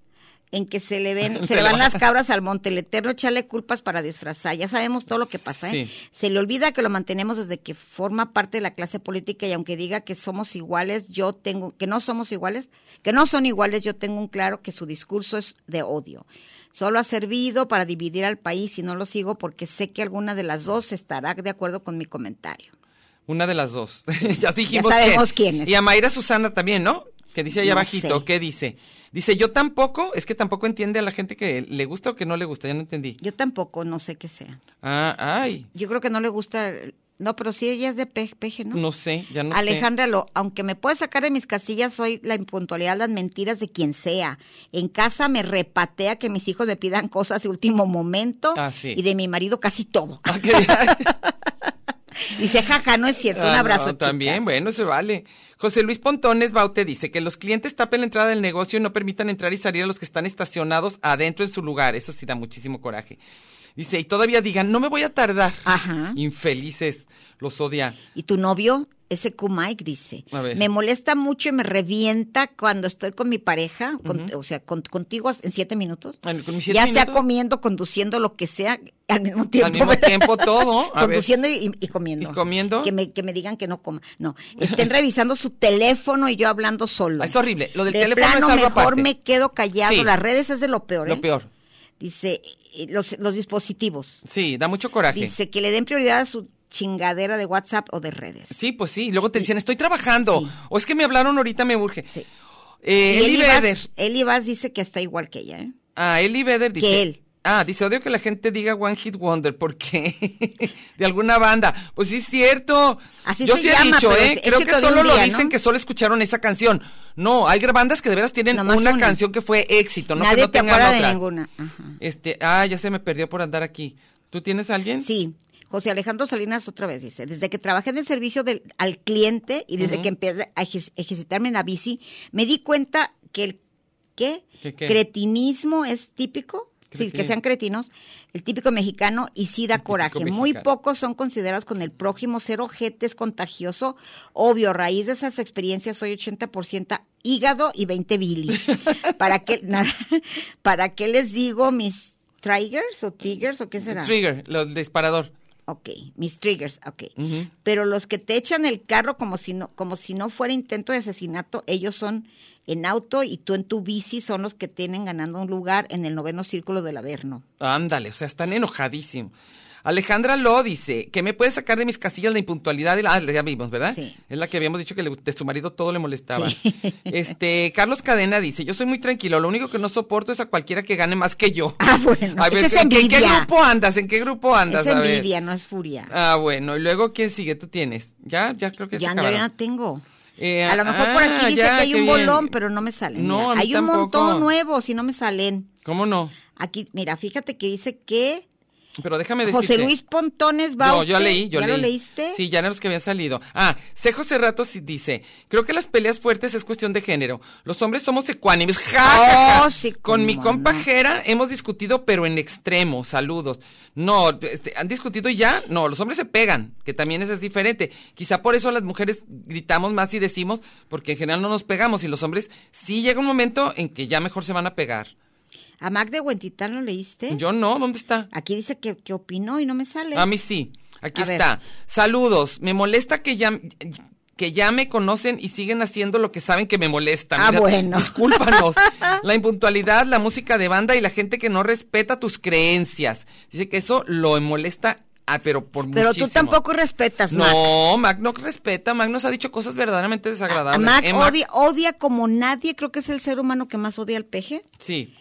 D: en que se le
C: (laughs)
D: ven,
C: Se
D: se le
C: le
D: van
C: va.
D: las cabras al monte, el eterno echarle culpas para disfrazar. Ya sabemos todo lo que pasa, ¿eh?
C: Sí.
D: Se le olvida que lo mantenemos desde que forma parte de la clase política y aunque diga que somos iguales, yo tengo, que no somos iguales, que no son iguales, yo tengo un claro que su discurso es de odio. Solo ha servido para dividir al país y no lo sigo porque sé que alguna de las dos estará de acuerdo con mi comentario.
C: Una de las dos. (laughs) ya dijimos
D: sabemos quién es.
C: Y a Mayra Susana también, ¿no? Que dice allá
D: No
C: abajito,
D: sé.
C: ¿qué dice? Dice, yo tampoco, es que tampoco entiende a la gente que le gusta o que no le gusta, ya no entendí.
D: Yo tampoco, no sé qué sea.
C: Ah, ay,
D: Yo creo que no le gusta, el- no, pero sí ella es de pe- peje, ¿no?
C: no, sé, ya no
D: Alejandra, lo- aunque me puede sacar de mis casillas, soy la impuntualidad, las mentiras de quien sea. En casa me repatea que mis hijos me pidan cosas de último momento
C: Ah, sí.
D: y de mi marido casi todo.
C: sé. Alejandra.
D: Dice, jaja, no es cierto. Un
C: Ah,
D: abrazo.
C: no, también,
D: chicas".
C: bueno, se vale. José Luis Pontones Baute dice que los clientes tapen la entrada del negocio y no permitan entrar y salir a los que están estacionados adentro en su lugar. Eso sí da muchísimo coraje. Dice, y todavía digan, no me voy a tardar.
D: Ajá.
C: Infelices, los odia.
D: Y tu novio, ese Q Mike, dice,
C: A ver.
D: me molesta mucho y me revienta cuando estoy con mi pareja, con- o sea, con- contigo en siete minutos.
C: Bueno, Ah, con mis siete
D: ya sea
C: minutos.
D: comiendo, conduciendo, lo que sea, al mismo tiempo.
C: Al mismo
D: ¿verdad?
C: tiempo todo, a ver.
D: conduciendo y, y comiendo.
C: ¿Y comiendo?
D: Que me, que me digan que no coma. No, estén revisando su teléfono y yo hablando solo.
C: Es horrible. Lo del
D: De
C: teléfono
D: plano,
C: es algo
D: mejor
C: aparte.
D: me quedo callado.
C: Sí.
D: Las redes es de lo peor. ¿eh?
C: Lo peor.
D: Dice, eh, los, los dispositivos.
C: Sí, da mucho coraje.
D: Dice que le den prioridad a su chingadera de WhatsApp o de redes.
C: Sí, pues sí. Luego te dicen, estoy trabajando.
D: Sí.
C: O es que me hablaron ahorita, me urge.
D: Sí.
C: Eh,
D: Y
C: Eli
D: Ibas-
C: Vedder.
D: Eli Ibas dice que está igual que ella, ¿eh?
C: Ah, Eli Vedder dice.
D: Que él.
C: Ah, dice, odio que la gente diga One Hit Wonder, ¿por qué? (laughs) de alguna banda. Pues sí es cierto.
D: Así
C: Yo
D: se
C: sí he
D: llama,
C: dicho,
D: pero
C: ¿eh?
D: es
C: Creo que
D: éxito de
C: solo
D: un
C: lo
D: día,
C: dicen
D: ¿no?
C: que solo escucharon esa canción. No, hay bandas que de veras tienen una,
D: Nomás una.
C: canción que fue éxito, no
D: Nadie
C: que no
D: te
C: tengan
D: acuerda de
C: otras.
D: ninguna. Ajá.
C: Este, ah, ya se me perdió por andar aquí. ¿Tú tienes a alguien?
D: Sí. José Alejandro Salinas otra vez dice, desde que trabajé en el servicio del, al cliente y desde que empecé a ejer- ejercitarme en la bici, me di cuenta que el ¿qué?
C: ¿Qué, qué?
D: cretinismo es típico, sí, que
C: Cretinismo.
D: sean cretinos, el típico mexicano y sí da
C: típico
D: coraje. Muy
C: mexicano.
D: pocos son considerados con el prójimo, ser ojete es contagioso. Obvio, a raíz de esas experiencias soy 80% hígado y 20
C: (laughs)
D: bilis. ¿Para qué, (laughs) na- ¿Para qué les digo mis triggers o tigers o qué será?
C: Trigger, lo- el disparador.
D: Ok, mis triggers, ok.
C: Ujú.
D: Pero los que te echan el carro como si no, como si no fuera intento de asesinato, ellos son en auto y tú en tu bici son los que tienen ganando un lugar en el noveno círculo del Averno.
C: Ándale, o sea, están enojadísimos. Alejandra Lo dice, que me puede sacar de mis casillas la impuntualidad? de la- Ah, ya vimos, ¿verdad?
D: Sí.
C: Es la que habíamos dicho que le- de su marido todo le molestaba.
D: Sí. (laughs)
C: Este, Carlos Cadena dice, yo soy muy tranquilo, lo único que no soporto es a cualquiera que gane más que yo.
D: Ah, bueno,
C: A ver,
D: esa es
C: ¿en, qué- en qué
D: envidia.
C: grupo andas? ¿En qué grupo andas?
D: es
C: A ver.
D: envidia, no es furia.
C: Ah, bueno, y luego, ¿quién sigue? ¿Tú tienes? Ya, ya creo que se
D: ya, no,
C: acabaron.
D: ya no tengo.
C: Eh,
D: a lo mejor por
C: ah,
D: aquí dice
C: ya,
D: que hay
C: qué
D: un
C: bien.
D: bolón, pero no me salen.
C: No,
D: Mira,
C: a mí
D: hay un
C: tampoco.
D: montón nuevos y no me salen.
C: ¿Cómo no?
D: Aquí, mira, fíjate que dice que
C: Pero déjame decirte.
D: José Luis Pontones va.
C: No, yo leí, yo
D: ¿Ya
C: leí.
D: lo leíste?
C: Sí, ya eran los que habían salido. Ah, Cejo Cerrato sí dice, creo que las peleas fuertes es cuestión de género. Los hombres somos ecuánimes. (laughs) ¡Ja, ja, ja!
D: Oh, sí,
C: Con mi
D: cómo
C: compa
D: no.
C: Jera hemos discutido, pero en extremo. Saludos. No, este, ¿han discutido y ya? No, los hombres se pegan, que también eso es diferente. Quizá por eso las mujeres gritamos más y decimos, porque en general no nos pegamos. Y los hombres sí llega un momento en que ya mejor se van a pegar.
D: ¿A Mac de Huentitán lo leíste?
C: Yo no, ¿dónde está?
D: Aquí dice que, que opinó y no me sale.
C: A mí sí. Aquí
D: A ver.
C: está. Saludos. Me molesta que ya que ya me conocen y siguen haciendo lo que saben que me molesta.
D: Ah, bueno. (laughs)
C: Discúlpanos. la impuntualidad, la música de banda y la gente que no respeta tus creencias. Dice que eso lo molesta, ah, pero por
D: Pero
C: muchísimo.
D: tú tampoco respetas, Mac.
C: No, Mac no respeta. Mac nos ha dicho cosas verdaderamente
D: A
C: desagradables.
D: Mac
C: Eh, Mac,
D: odia, odia como nadie, creo que es el ser humano que más odia al peje.
C: Sí.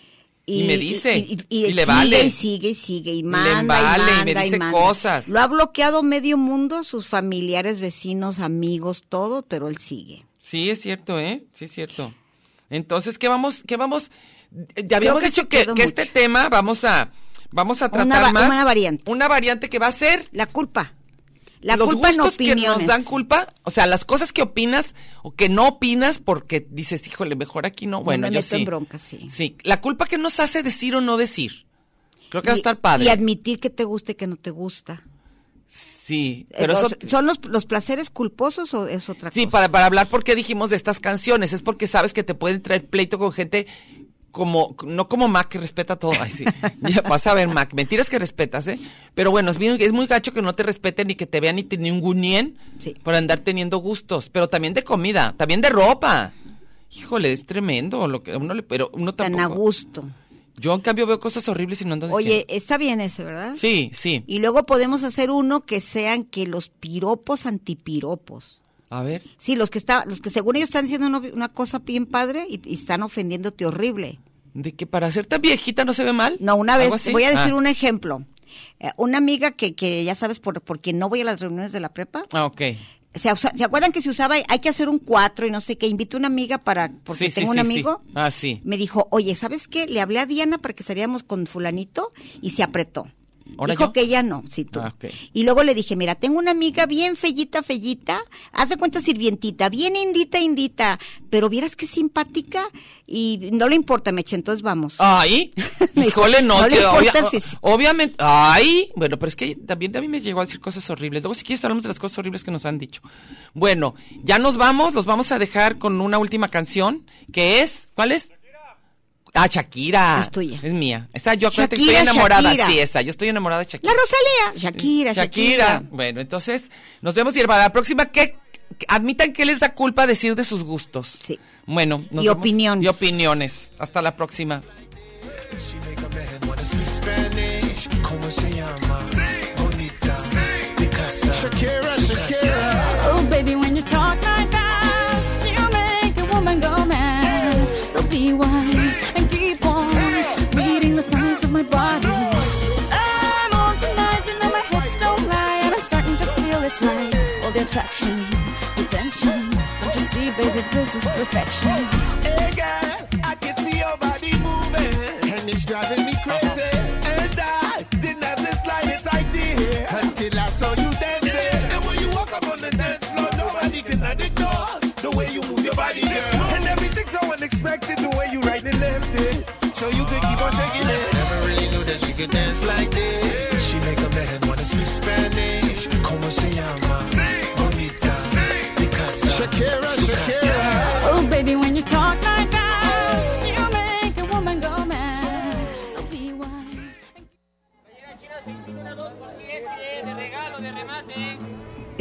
C: Y me dice, y le
D: sigue,
C: vale.
D: Y sigue y sigue y manda
C: vale, y
D: y
C: me
D: manda
C: dice
D: manda.
C: cosas.
D: Lo ha bloqueado medio mundo, sus familiares, vecinos, amigos, todo, pero él sigue.
C: Sí, es cierto, ¿eh? Sí, es cierto. Entonces, ¿qué vamos, qué vamos? Ya habíamos
D: que
C: dicho
D: se
C: que,
D: quedó
C: que
D: mucho.
C: este tema vamos a, vamos a tratar
D: Una va-
C: más.
D: una variante.
C: Una variante que va a ser
D: La culpa. La
C: los
D: culpa en
C: gustos que
D: opiniones.
C: nos dan culpa, o sea, las cosas que opinas o que no opinas porque dices, híjole, mejor aquí no. Bueno,
D: me
C: yo
D: meto en
C: sí.
D: bronca, sí.
C: Sí, la culpa que nos hace decir o no decir. Creo que va a
D: Y-
C: estar padre.
D: Y admitir que te gusta y que no te gusta.
C: sí, pero
D: Eh,
C: eso.
D: o sea, ¿Son los, los placeres culposos o es otra
C: Sí,
D: cosa?
C: para, para hablar por qué dijimos de estas canciones, es porque sabes que te pueden traer pleito con gente como, no como Mac que respeta todo.
D: (laughs)
C: Ay, sí. Ya vas a ver, Mac, mentiras que respetas, ¿eh? Pero bueno, es, bien- es muy gacho que no te respeten ni que te vean ni te ningunien
D: Sí.
C: por andar teniendo gustos, pero también de comida, también de ropa. Híjole, es tremendo lo que a uno le, pero uno
D: Tan
C: tampoco.
D: a gusto.
C: Yo en cambio veo cosas horribles y no ando
D: Oye,
C: diciendo.
D: está bien ese, ¿verdad?
C: Sí, sí.
D: Y luego podemos hacer uno que sean que los piropos antipiropos.
C: A ver.
D: Sí, los que está, los que según ellos están diciendo una, una cosa bien padre y, y están ofendiéndote horrible.
C: De que para ser tan viejita no se ve mal.
D: No, una
C: ¿Algo
D: vez,
C: así?
D: voy a decir
C: Ah,
D: un ejemplo. Eh, una amiga que, que ya sabes por, por quien no voy a las reuniones de la prepa,
C: Ah, ok.
D: ¿Se, usa- ¿se acuerdan que se usaba, hay que hacer un cuatro y no sé qué? Invito a una amiga para, porque
C: Sí, sí,
D: tengo un
C: sí, sí.
D: amigo.
C: Ah, sí.
D: Me dijo, oye, ¿sabes qué? Le hablé a Diana para que saliéramos con fulanito y se apretó.
C: ¿Ahora
D: dijo
C: yo?
D: que ella no, sí tú.
C: Ah, ok.
D: Y luego le dije, mira, tengo una amiga bien fellita, fellita, hace cuenta sirvientita, bien indita, indita, pero vieras que simpática y no le importa, Meche, entonces vamos. (laughs)
C: Ah. Ay, híjole, no,
D: No le
C: que
D: importa el
C: obvia-
D: físico.
C: obviamente, ay, bueno, pero es que también a mí me llegó a decir cosas horribles. Luego, si quieres, hablamos de las cosas horribles que nos han dicho. Bueno, ya nos vamos, los vamos a dejar con una última canción, que es, ¿cuál es? Ah, Shakira.
D: Es tuya.
C: Es mía. Esa, yo acuérdate que
D: Shakira,
C: estoy enamorada,
D: Shakira.
C: sí, esa, yo estoy enamorada de Shakira.
D: La
C: Eh,
D: Rosalía, Shakira, Shakira.
C: Bueno, entonces nos vemos y para la próxima que admitan que les da culpa decir de sus gustos.
D: Sí.
C: Bueno, nos
D: Y
C: vemos.
D: opiniones.
C: Y opiniones. Hasta la próxima.
I: She make a man wanna speak Spanish. Como se llama? Bonita. De casa. Shakira, Shakira.
E: Oh, baby, when you talk like that, you make a woman go mad. So be wise and keep on reading the signs of my body. I'm on tonight, you know my hips don't lie, and I'm starting to feel it's right. All the attraction, the tension. Don't you see, baby, this is perfection.
I: Hey girl, I can see your body moving. And it's driving me crazy. And I didn't have the slightest idea. Until I saw you dancing. And when you walk up on the dance floor, nobody can ignore the way you move your body. girl. And everything's so unexpected, the way you right and left it. So you could keep on checking it. Never really knew that she could dance like this. She make a man wanna speak Spanish. Como se llama? Bonita. Because Shakira, Shakira.
E: Oh, baby, when you talk like that, you make a woman go mad. So be wise.